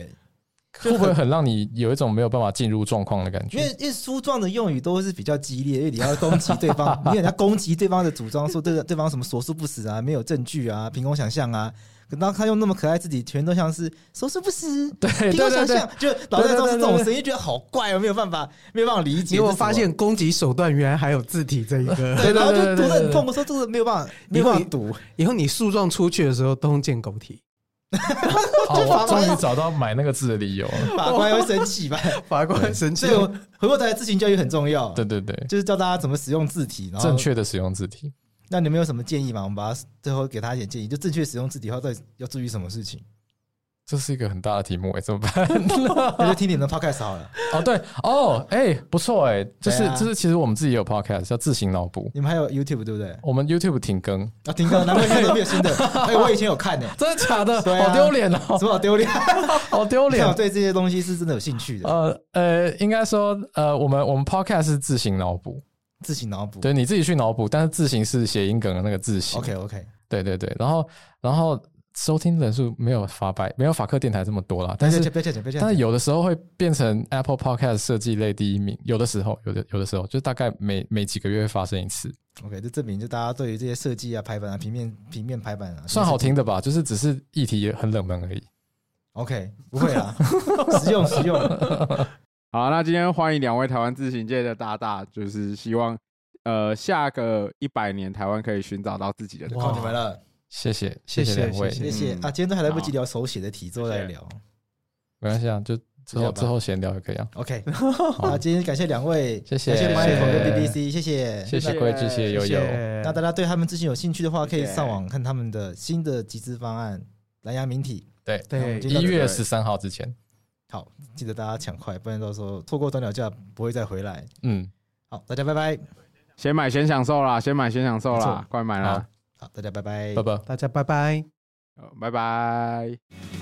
会不会很让你有一种没有办法进入状况的感因为觉？因为书状的用语都是比较激烈，因为你要攻击对 (laughs) 方，因为你要攻击对方的主张，说对对方什么所述不实啊，没有证据啊，凭空想象啊。然后他用那么可爱字体，全都像是所述不实，对对凭空想对对象，就脑袋中是这种对对对声音，觉得好怪哦，没有办法，没有办法理解。结果这是什么发，现攻击手段原来还有字体这一个。对，然后就对对对对读得很对痛苦，说这个没有办法，没有办法读。以后你诉状出去的时候都用见狗体，哦，我终于找到买那个字的理由 (laughs) 了。法官会生 (laughs) 气吧？法官生气所以我回过头来，自行教育很重要，对对对，就是教大家怎么使用字体，然后正确的使用字体。那你们有什么建议吗？我们把它最后给他一点建议，就正确使用字体后，到底要注意什么事情？这是一个很大的题目哎、怎么办？ (laughs) 我就听你们的 podcast 好了。哦，对哦，哎、不错哎、就是、对啊就是，其实我们自己也有 podcast 叫自行脑补，你们还有 YouTube 对不对？我们 YouTube 停更，啊，听哥，难怪现在都没有新的。哎，我以前有看呢、真的假的？对啊好丢脸 (laughs) 哦什，么好丢脸？好丢看脸我。 (laughs) 对这些东西是真的有兴趣的，呃呃，应该说呃，我们我们 podcast 是自行脑补，自行脑补。对你自己去脑补，但是字形是谐音梗的那个字形。 ，OK OK，对对对，然后然后收听人数没有法百，没有法克电台这么多啦，但但是是不要这样讲，不要这样讲。但是有的时候会变成 Apple Podcast 设计类第一名，有的时候有的有的时候就大概每每几个月会发生一次， OK，这证明就大家对于这些设计啊、排版啊、平面平面排版啊，算好听的吧，就是只是议题也很冷门而已。 OK，不会 (laughs) 啊，实用实用。好，那今天欢迎两位台湾自行界的大大，就是希望呃下个一百年台湾可以寻找到自己的靠哇你们了，谢谢谢谢谢两位，谢谢谢嗯啊！今天都还来不及聊手写的题，之后再聊。没关系啊，就之这后样吧之后闲聊也可以啊。 OK，好，今天感谢两位，谢谢感谢 Michael 跟谢 BBC，谢谢，谢谢各位支持的友谢友，谢那大家对他们之前有兴趣的话，可以谢谢上网看他们的新的集资方案——蓝牙明体。对，那我们对今天一到这月十三号之前，好，记得大家抢快，不然到时候错过短鸟价不会再回来。嗯，好，大家拜拜。先买先享受啦，先买先享受没啦错，快买啦，好，大家拜拜拜。拜。大家拜拜。呃拜拜。